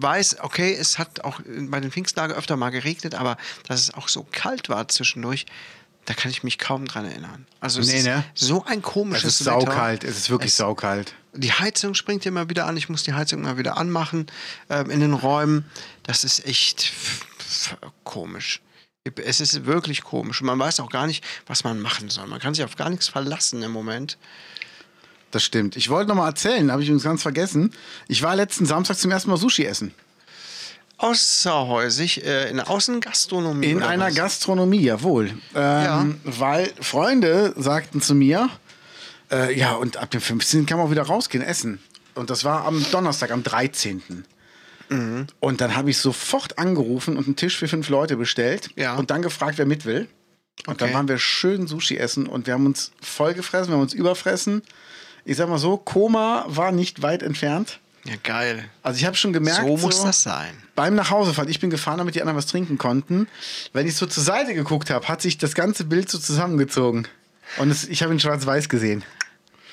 weiß, okay, es hat auch bei den Pfingstlager öfter mal geregnet, aber dass es auch so kalt war zwischendurch, da kann ich mich kaum dran erinnern. Also es
Nee,
ist
ne?
so ein
es
komisches
ist
Wetter.
saukalt, es ist wirklich saukalt.
Die Heizung springt immer wieder an. Ich muss die Heizung mal wieder anmachen ähm, in den Räumen. Das ist echt f- f- komisch. Es ist wirklich komisch. Und man weiß auch gar nicht, was man machen soll. Man kann sich auf gar nichts verlassen im Moment.
Das stimmt. Ich wollte noch mal erzählen, habe ich uns ganz vergessen. Ich war letzten Samstag zum ersten Mal Sushi essen.
Außerhäusig, äh, in der Außengastronomie.
In
oder
einer
was?
Gastronomie, jawohl. Ähm,
Ja.
Weil Freunde sagten zu mir, äh, ja, und ab dem 15. kann man auch wieder rausgehen, essen. Und das war am Donnerstag, am 13.
Mhm.
Und dann habe ich sofort angerufen und einen Tisch für fünf Leute bestellt
Ja.
und dann gefragt, wer mit will. Und dann
Okay.
waren wir schön Sushi essen und wir haben uns vollgefressen, wir haben uns überfressen. Ich sag mal so, Koma war nicht weit entfernt.
Ja, geil.
Also ich habe schon gemerkt,
So muss das sein.
Beim Nachhausefahren, ich bin gefahren, damit die anderen was trinken konnten. Wenn ich so zur Seite geguckt habe, hat sich das ganze Bild so zusammengezogen. Und es, ich habe ihn schwarz-weiß gesehen.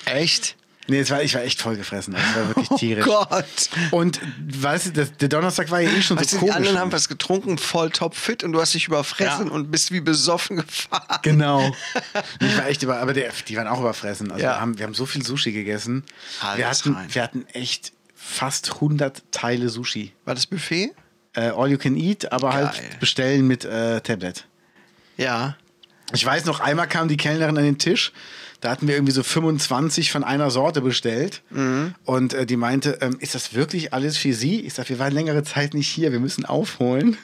Echt?
Nee, es war, ich war echt vollgefressen. Das war
*laughs*
wirklich tierisch.
Oh Gott.
Und weißt du, das, der Donnerstag war ja eh schon
Weißt
so
du, die
komisch.
anderen haben was getrunken, voll topfit und du hast dich überfressen
Ja.
und bist wie besoffen gefahren. *laughs*
Genau. Ich war echt über, aber der, die waren auch überfressen. Also
Ja.
wir, haben, wir haben so viel Sushi gegessen.
Alles
wir, hatten,
rein.
wir hatten echt fast 100 Teile Sushi.
War das Buffet?
Äh, all you can eat, aber
Geil.
halt bestellen mit äh, Tablet.
Ja.
Ich weiß noch, einmal kam die Kellnerin an den Tisch. Da hatten wir irgendwie so 25 von einer Sorte bestellt. Und äh, die meinte, ähm, ist das wirklich alles für Sie? Ich sag, wir waren längere Zeit nicht hier, wir müssen aufholen.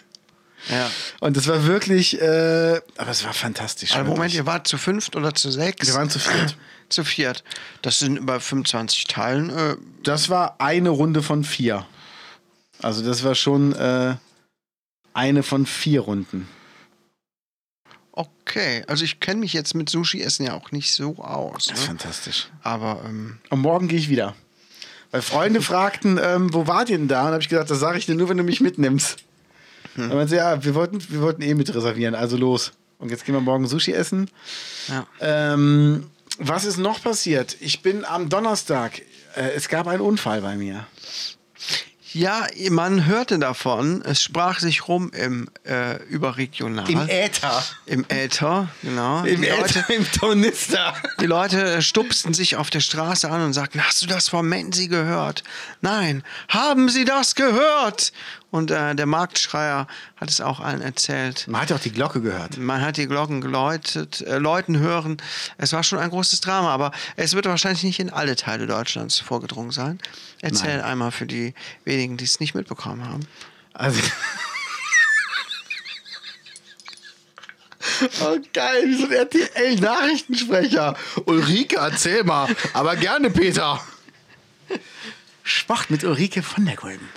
Ja.
Und das war wirklich, äh, aber es war fantastisch.
Also Moment,
wirklich.
ihr wart zu fünft oder zu sechs?
wir waren zu viert.
zu viert. Das sind über 25 Teilen. Äh,
Das war eine Runde von vier. Also das war schon äh, eine von vier Runden.
okay. Also ich kenne mich jetzt mit Sushi-Essen ja auch nicht so aus. Ne?
fantastisch.
Aber ähm,
Und morgen gehe ich wieder. Weil Freunde *laughs* fragten, ähm, wo wart ihr denn da? Und habe ich gesagt, das sage ich dir nur, wenn du mich mitnimmst. Hm. Und meinte, ja, wir wollten, wir wollten eh mit reservieren, also los. Und jetzt gehen wir morgen Sushi essen.
ja.
Ähm, was ist noch passiert? Ich bin am Donnerstag. Äh, es gab einen Unfall bei mir.
ja, man hörte davon. Es sprach sich rum im äh, überregional.
Äther.
Im Äther, genau.
Im
Die Leute-
Äther, im Tornister.
Die Leute stupsten sich auf der Straße an und sagten, hast du das von Menzi gehört? Nein, haben sie das gehört? Und äh, der Marktschreier hat es auch allen erzählt.
Man hat ja auch die Glocke gehört.
Man hat die Glocken geläutet, äh, läuten hören. Es war schon ein großes Drama, aber es wird wahrscheinlich nicht in alle Teile Deutschlands vorgedrungen sein. Erzähl einmal für die wenigen, die es nicht mitbekommen haben.
Also. Oh, geil, wie so ein RTL-Nachrichtensprecher. Ulrike, erzähl mal. Aber gerne, Peter. Sport mit Ulrike von der Gulben.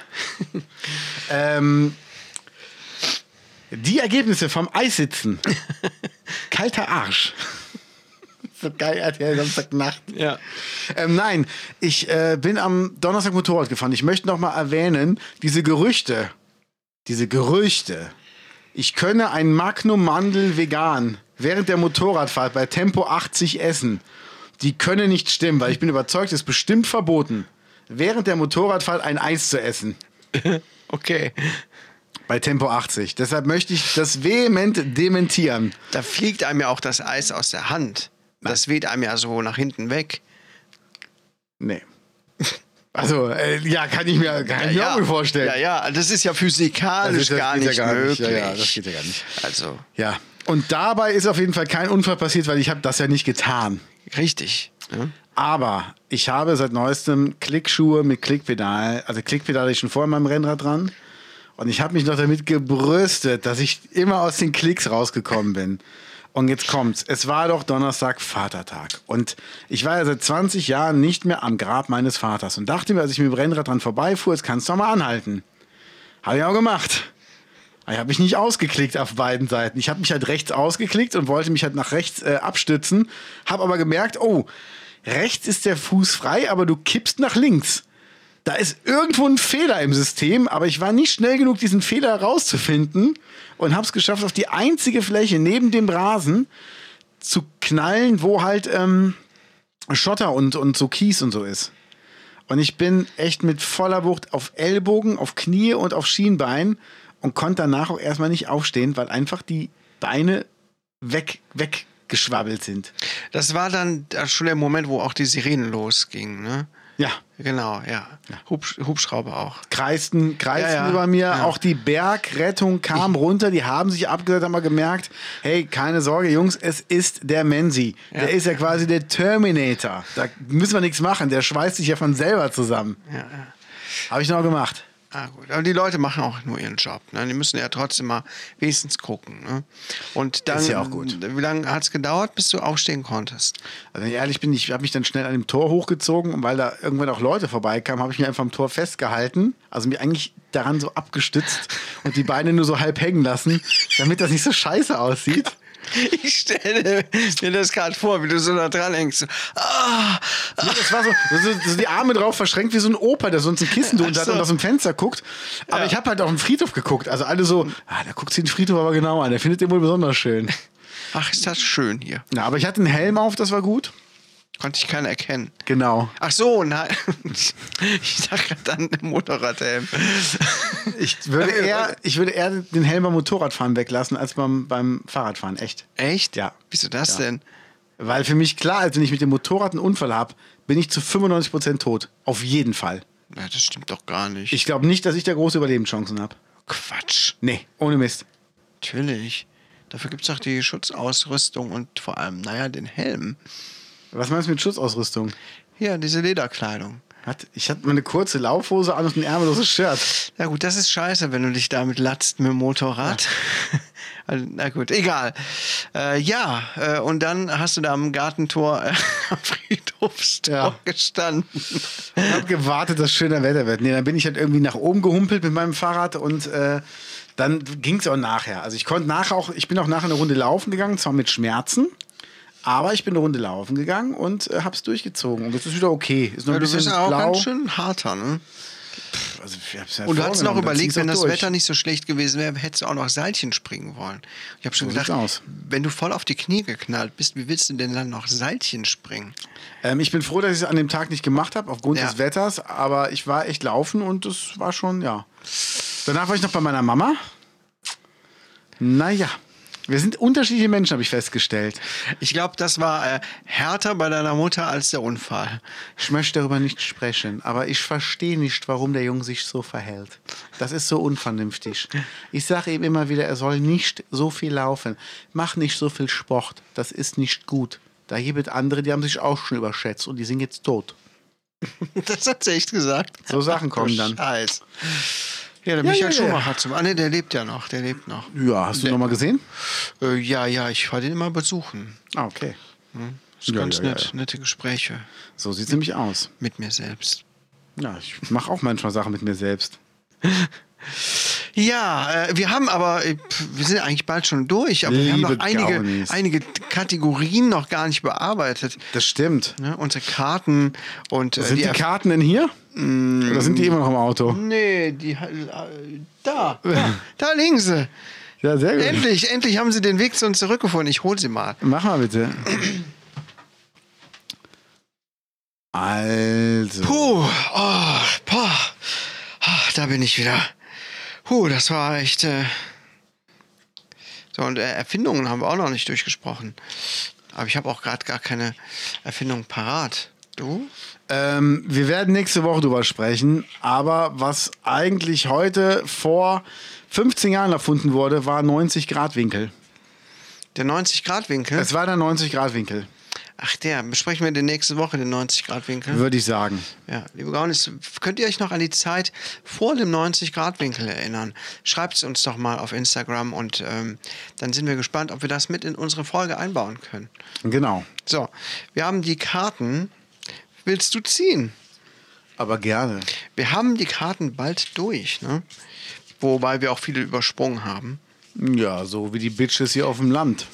ähm, die Ergebnisse vom *laughs* Eissitzen. Kalter Arsch. So geil, RTL Samstagnacht.
Ja.
Ähm, nein, ich äh, bin am Donnerstag Motorrad gefahren. Ich möchte noch mal erwähnen, diese Gerüchte, diese Gerüchte, ich könne ein Magnum Mandel vegan während der Motorradfahrt bei Tempo 80 essen. Die können nicht stimmen, weil ich bin überzeugt, es ist bestimmt verboten, während der Motorradfahrt ein Eis zu essen.
Okay.
Bei Tempo 80. Deshalb möchte ich das vehement dementieren.
Da fliegt einem ja auch das Eis aus der Hand. Das weht einem ja so nach hinten weg.
Nee. *laughs* Also, äh, ja, kann ich mir, kann ich mir auch gut vorstellen.
Ja, ja, das ist ja physikalisch
Das ist- das
gar
geht ja
nicht
gar nicht.
möglich.
Ja, ja, das geht ja gar nicht.
Also,
Ja. Und dabei ist auf jeden Fall kein Unfall passiert, weil ich habe das ja nicht getan.
richtig. Ja.
Aber ich habe seit neuestem Klickschuhe mit Klickpedal. Also Klickpedal hatte ich schon vor in meinem Rennrad dran. Und ich habe mich noch damit gebrüstet, dass ich immer aus den Klicks rausgekommen bin. Und jetzt kommt's. Es war doch Donnerstag Vatertag. Und ich war ja seit 20 Jahren nicht mehr am Grab meines Vaters. Und dachte mir, als ich mit dem Rennrad dran vorbeifuhr, jetzt kannst du doch mal anhalten. Habe ich auch gemacht. Ah, Ich habe mich nicht ausgeklickt auf beiden Seiten. Ich habe mich halt rechts ausgeklickt und wollte mich halt nach rechts äh, abstützen, habe aber gemerkt, oh, rechts ist der Fuß frei, aber du kippst nach links. Da ist irgendwo ein Fehler im System, aber ich war nicht schnell genug, diesen Fehler herauszufinden und habe es geschafft, auf die einzige Fläche neben dem Rasen zu knallen, wo halt ähm, Schotter und, und so Kies und so ist. Und ich bin echt mit voller Wucht auf Ellbogen, auf Knie und auf Schienbein und konnte danach auch erstmal nicht aufstehen, weil einfach die Beine weg, weggeschwabbelt sind.
Das war dann da schon der Moment, wo auch die Sirenen losgingen, ne?
Ja,
Genau, ja. Hubsch Hubschrauber auch.
kreisten, kreisten
Ja, ja.
über mir.
Ja.
Auch die Bergrettung kam runter. Die haben sich abgesagt, haben mal gemerkt, hey, keine Sorge, Jungs, es ist der Menzi. Der ist ja quasi der Terminator. Da müssen wir nichts machen. Der schweißt sich ja von selber zusammen.
Ja, ja.
Habe ich noch gemacht.
Ah, gut. Aber die Leute machen auch nur ihren Job. Ne? Die müssen ja trotzdem mal wenigstens gucken. Ne? Und dann,
Ist ja auch gut.
wie lange hat es gedauert, bis du aufstehen konntest? *laughs*
Also wenn ich ehrlich bin, ich habe mich dann schnell an dem Tor hochgezogen und weil da irgendwann auch Leute vorbeikamen, habe ich mich einfach am Tor festgehalten, also mich eigentlich daran so abgestützt und die Beine nur so halb hängen lassen, damit das nicht so scheiße aussieht.
Ich stelle mir das gerade vor, wie du so da dran hängst. Ah,
Nee, das war so, so, so die Arme drauf verschränkt wie so ein Opa, der sonst ein Kissen drunter hat
so.
und aus dem Fenster guckt. Aber ich habe halt auf den Friedhof geguckt. Also alle so, ah, da guckt sich den Friedhof aber genau an, der findet den wohl besonders schön.
ach, ist das schön hier.
Na, aber ich hatte einen Helm auf, das war gut.
Konnte ich keiner erkennen.
Genau.
Ach so, nein. *laughs* Ich dachte gerade an den Motorradhelm.
Ich
*laughs*
würde eher, ich würde eher den Helm beim Motorradfahren weglassen als beim, beim Fahrradfahren, echt.
Echt?
Ja.
Wieso das
Ja.
denn?
Weil für mich klar ist, wenn ich mit dem Motorrad einen Unfall habe, bin ich zu 95% tot. Auf jeden Fall.
Ja, das stimmt doch gar nicht.
Ich glaube nicht, dass ich da große Überlebenschancen habe.
Quatsch.
Nee, ohne Mist.
Natürlich. Dafür gibt es auch die Schutzausrüstung und vor allem, naja, den Helm.
Was meinst du mit Schutzausrüstung?
Ja, diese Lederkleidung.
Hat, ich hatte mal eine kurze Laufhose an und ein ärmelloses Shirt.
Na gut, das ist scheiße, wenn du dich damit latzt mit dem Motorrad. *laughs* Also, Na gut, egal. Äh, ja, äh, und dann hast du da am Gartentor, äh, *laughs* am Friedhofstor
Ja.
gestanden.
Ich habe gewartet, dass schöner Wetter wird. Nee, dann bin ich halt irgendwie nach oben gehumpelt mit meinem Fahrrad und äh, dann ging es auch nachher. Also ich konnte nachher auch, ich bin auch nachher eine Runde laufen gegangen, zwar mit Schmerzen, aber ich bin eine Runde laufen gegangen und äh, hab's durchgezogen. Und jetzt ist wieder okay. Ist noch
Ja, du
ein bisschen
bist auch
blau.
ganz schön harter, ne?
Also, ich hab's ja
Und du hattest noch
vorgenommen, dann
überlegt,
zieh's
wenn
auch
das
durch.
Wetter nicht so schlecht gewesen wäre, hättest du auch noch Seilchen springen wollen. Ich habe schon
So sieht's
gedacht,
aus.
wenn du voll auf die Knie geknallt bist, wie willst du denn dann noch Seilchen springen?
Ähm, ich bin froh, dass ich es an dem Tag nicht gemacht habe, aufgrund
Ja.
des Wetters. Aber ich war echt laufen und es war schon, ja. Danach war ich noch bei meiner Mama. Naja, wir sind unterschiedliche Menschen, habe ich festgestellt.
Ich glaube, das war äh, härter bei deiner Mutter als der Unfall. *laughs*
Ich möchte darüber nicht sprechen, aber ich verstehe nicht, warum der Junge sich so verhält. Das ist so unvernünftig. Ich sage ihm immer wieder, er soll nicht so viel laufen. Mach nicht so viel Sport. Das ist nicht gut. Da gibt es andere, die haben sich auch schon überschätzt und die sind jetzt tot.
Das hat sie echt gesagt.
So Sachen kommen dann.
Scheiß. Ja, der
Ja,
Michael
ja, ja.
Schumacher zum. Ah, nee, der lebt ja noch, der lebt noch.
Ja, hast du nochmal gesehen?
Äh, ja, ja, ich war den immer besuchen.
Ah, okay.
Das ist
Ja,
ganz
ja,
nett,
ja,
nette Gespräche
So sieht's nämlich aus.
mit mir selbst.
Ja, ich mache auch manchmal Sachen mit mir selbst.
Ja, äh, wir haben aber, äh, pf, wir sind eigentlich bald schon durch, aber wir haben noch
Liebe
einige,
Gaunis.
einige Kategorien noch gar nicht bearbeitet.
Das stimmt.
Ne? Unsere Karten und äh,
Sind die, Mm.
Erf-
Karten denn hier? Oder sind die immer noch im Auto?
Nee, die. ha- äh, Da,
*laughs*
da, da liegen sie.
Ja, sehr gut.
Endlich, endlich haben sie den Weg zu uns zurückgefunden. Ich hole sie mal.
Mach mal bitte. Also.
Puh, oh, boah. Ah, da bin ich wieder. Puh, das war echt. Äh so, und äh, Erfindungen haben wir auch noch nicht durchgesprochen. Aber ich habe auch gerade gar keine Erfindung parat. Du?
Ähm, wir werden nächste Woche drüber sprechen, aber was eigentlich heute vor 15 Jahren erfunden wurde, war 90 Grad Winkel.
Der 90-Grad-Winkel?
Es war der 90 Grad Winkel,
Ach, der. Besprechen wir den nächste Woche, den 90-Grad-Winkel.
würde ich sagen.
Ja, liebe Gaunis, könnt ihr euch noch an die Zeit vor dem 90-Grad-Winkel erinnern? Schreibt es uns doch mal auf Instagram und ähm, dann sind wir gespannt, ob wir das mit in unsere Folge einbauen können.
Genau.
So, wir haben die Karten. Willst du ziehen?
Aber gerne.
Wir haben die Karten bald durch. Ne? Wobei wir auch viele übersprungen haben.
Ja, so wie die Bitches hier auf dem Land.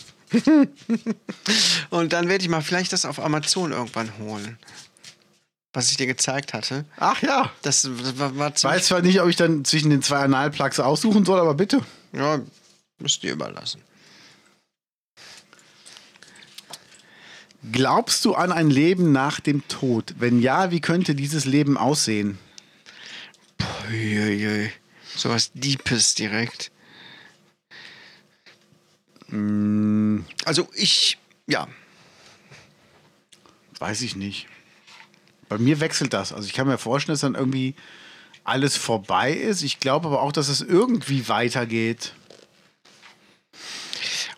Und dann werde ich mal vielleicht das auf Amazon irgendwann holen. Was ich dir gezeigt hatte.
Ach ja.
Das war, war
Ich weiß
ziemlich.
zwar nicht, ob ich dann zwischen den zwei Analplugs aussuchen soll, aber bitte.
Ja, müsst ihr überlassen.
Glaubst du an ein Leben nach dem Tod? Wenn ja, wie könnte dieses Leben aussehen?
Uiuiui. Sowas Deepes direkt. Also ich, ja.
Weiß ich nicht. Bei mir wechselt das. Also ich kann mir vorstellen, dass dann irgendwie alles vorbei ist. Ich glaube aber auch, dass es irgendwie weitergeht.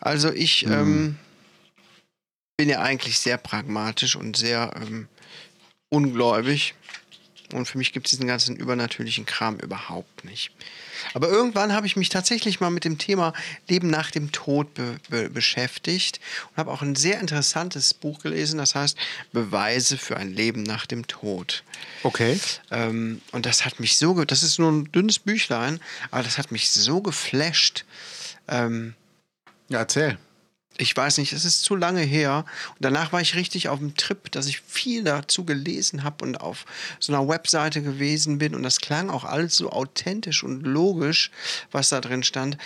Also ich ähm, bin ja eigentlich sehr pragmatisch und sehr ähm, ungläubig. Und für mich gibt es diesen ganzen übernatürlichen Kram überhaupt nicht. Aber irgendwann habe ich mich tatsächlich mal mit dem Thema Leben nach dem Tod be be beschäftigt und habe auch ein sehr interessantes Buch gelesen, das heißt Beweise für ein Leben nach dem Tod.
Okay.
Ähm, und das hat mich so, ge das ist nur ein dünnes Büchlein, aber das hat mich so geflasht. Ähm,
Ja, erzähl.
ich weiß nicht, es ist zu lange her. Und danach war ich richtig auf dem Trip, dass ich viel dazu gelesen habe und auf so einer Webseite gewesen bin. Und das klang auch alles so authentisch und logisch, was da drin stand.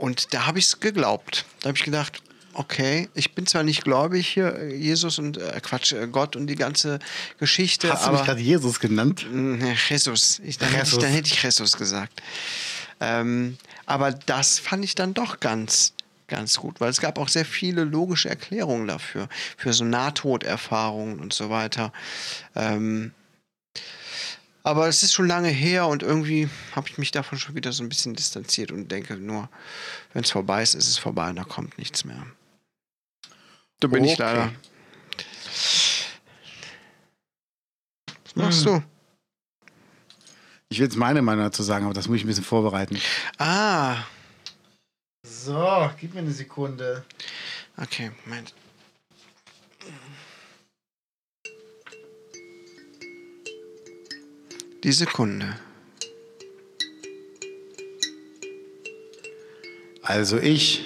Und da habe ich es geglaubt. Da habe ich gedacht, okay, ich bin zwar nicht gläubig hier, äh, Jesus und äh, Quatsch, äh, Gott und die ganze Geschichte.
Hast du
aber
mich gerade Jesus genannt?
Mm, Jesus. Ich, dann, Hätte
Jesus.
ich, dann hätte ich Jesus gesagt. Ähm, aber das fand ich dann doch ganz, ganz gut, weil es gab auch sehr viele logische Erklärungen dafür, für so Nahtoderfahrungen und so weiter. Ähm, aber es ist schon lange her und irgendwie habe ich mich davon schon wieder so ein bisschen distanziert und denke nur, wenn es vorbei ist, ist es vorbei und da kommt nichts mehr. Da bin ich
Okay.
leider. Was machst du?
Ich will jetzt meine Meinung dazu sagen, aber das muss ich ein bisschen vorbereiten.
Ah,
So, gib mir eine Sekunde.
okay, Moment. Die Sekunde.
Also ich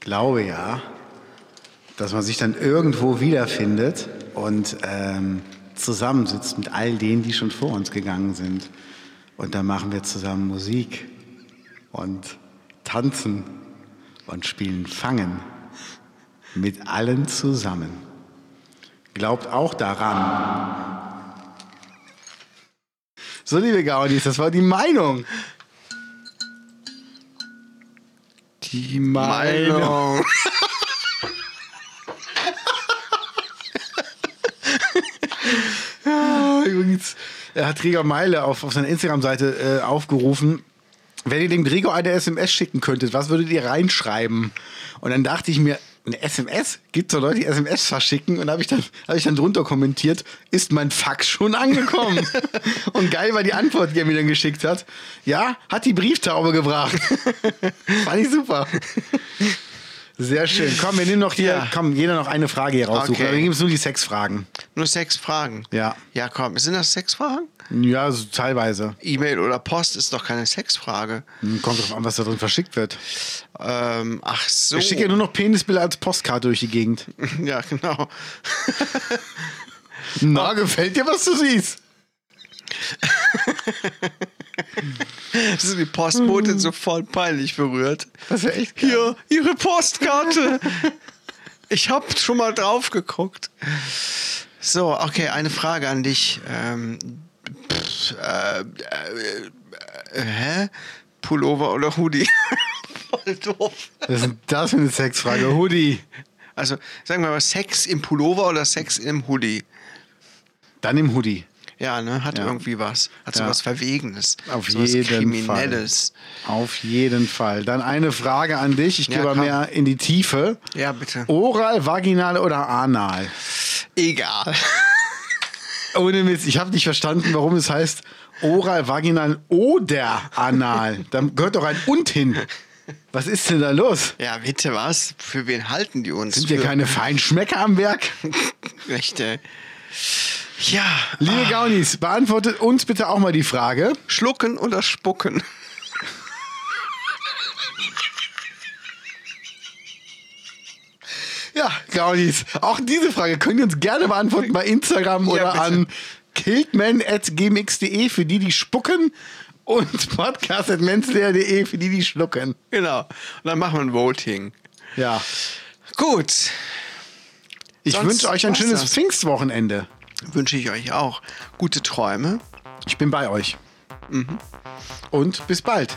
glaube ja, dass man sich dann irgendwo wiederfindet und ähm, zusammensitzt mit all denen, die schon vor uns gegangen sind. Und dann machen wir zusammen Musik und tanzen und spielen Fangen mit allen zusammen. Glaubt auch daran. So, liebe Gaudis, das war die Meinung. Die
Meinung.
*laughs* Übrigens äh, hat Gregor Meile auf, auf seiner Instagram-Seite äh, aufgerufen, wenn ihr dem Gregor eine SMS schicken könntet, was würdet ihr reinschreiben? Und dann dachte ich mir, eine SMS? Gibt es doch Leute, die SMS verschicken? Und habe ich, dann- hab ich dann drunter kommentiert, ist mein Fax schon
*laughs*
angekommen? Und geil war die Antwort, die er mir dann geschickt hat. Ja, hat die Brieftaube
*laughs*
gebracht. Fand ich super. Sehr schön. Komm, wir nehmen noch hier,
Ja.
komm, jeder noch eine Frage hier raussuchen.
Okay.
Aber Wir nehmen nur die Sexfragen.
Nur sechs Fragen.
Ja.
Ja, komm, sind das sechs Fragen?
Ja, so teilweise.
E-Mail oder Post ist doch keine Sexfrage.
Hm, Kommt drauf an, was da drin verschickt wird.
Ähm, ach so.
Ich schicke ja nur noch Penisbilder als Postkarte durch die Gegend.
*laughs* ja, genau. *laughs*
Na, Ah, gefällt dir, was du siehst?
Das ist die Postbotin so voll peinlich berührt.
Das wäre echt geil.
Hier, ihre Postkarte. *laughs* Ich hab schon mal drauf geguckt. So, okay, eine Frage an dich. Ähm, pff, äh, äh, äh, hä? Pullover oder Hoodie? *laughs* Voll doof.
Was ist denn das für eine Sexfrage? Hoodie.
Also, sagen wir mal, Sex im Pullover oder Sex im Hoodie?
Dann im Hoodie.
Ja, ne? Hat
Ja.
irgendwie was. Hat so
Ja.
was Verwegenes.
Auf
so was
jeden
Kriminelles.
Fall. Auf jeden Fall. Dann eine Frage an dich. Ich
Ja,
gehe mal
komm.
mehr in die Tiefe.
Ja, bitte.
Oral, vaginal oder anal?
Egal.
Ohne Mist, ich habe nicht verstanden, warum es heißt oral, vaginal oder anal. Da gehört doch ein und hin. Was ist denn da los?
Ja, bitte was? Für wen halten die uns?
Sind hier
Für-
keine Feinschmecker am Werk?
Rechte. Ja.
Liebe Gaunis, beantwortet uns bitte auch mal die Frage.
Schlucken oder spucken? *laughs*
Ja, Gaunis, auch diese Frage könnt ihr uns gerne beantworten bei Instagram oder
bitte.
an kiltman.gmx.de für die, die spucken und *laughs* podcast.menslayer.de für die, die schlucken.
Genau. Und dann machen wir ein Voting.
Ja.
Gut.
Ich
Sonst
wünsche euch ein
war's
schönes
das.
Pfingstwochenende.
Wünsche ich euch auch gute Träume.
Ich bin bei euch. Mhm. Und bis bald.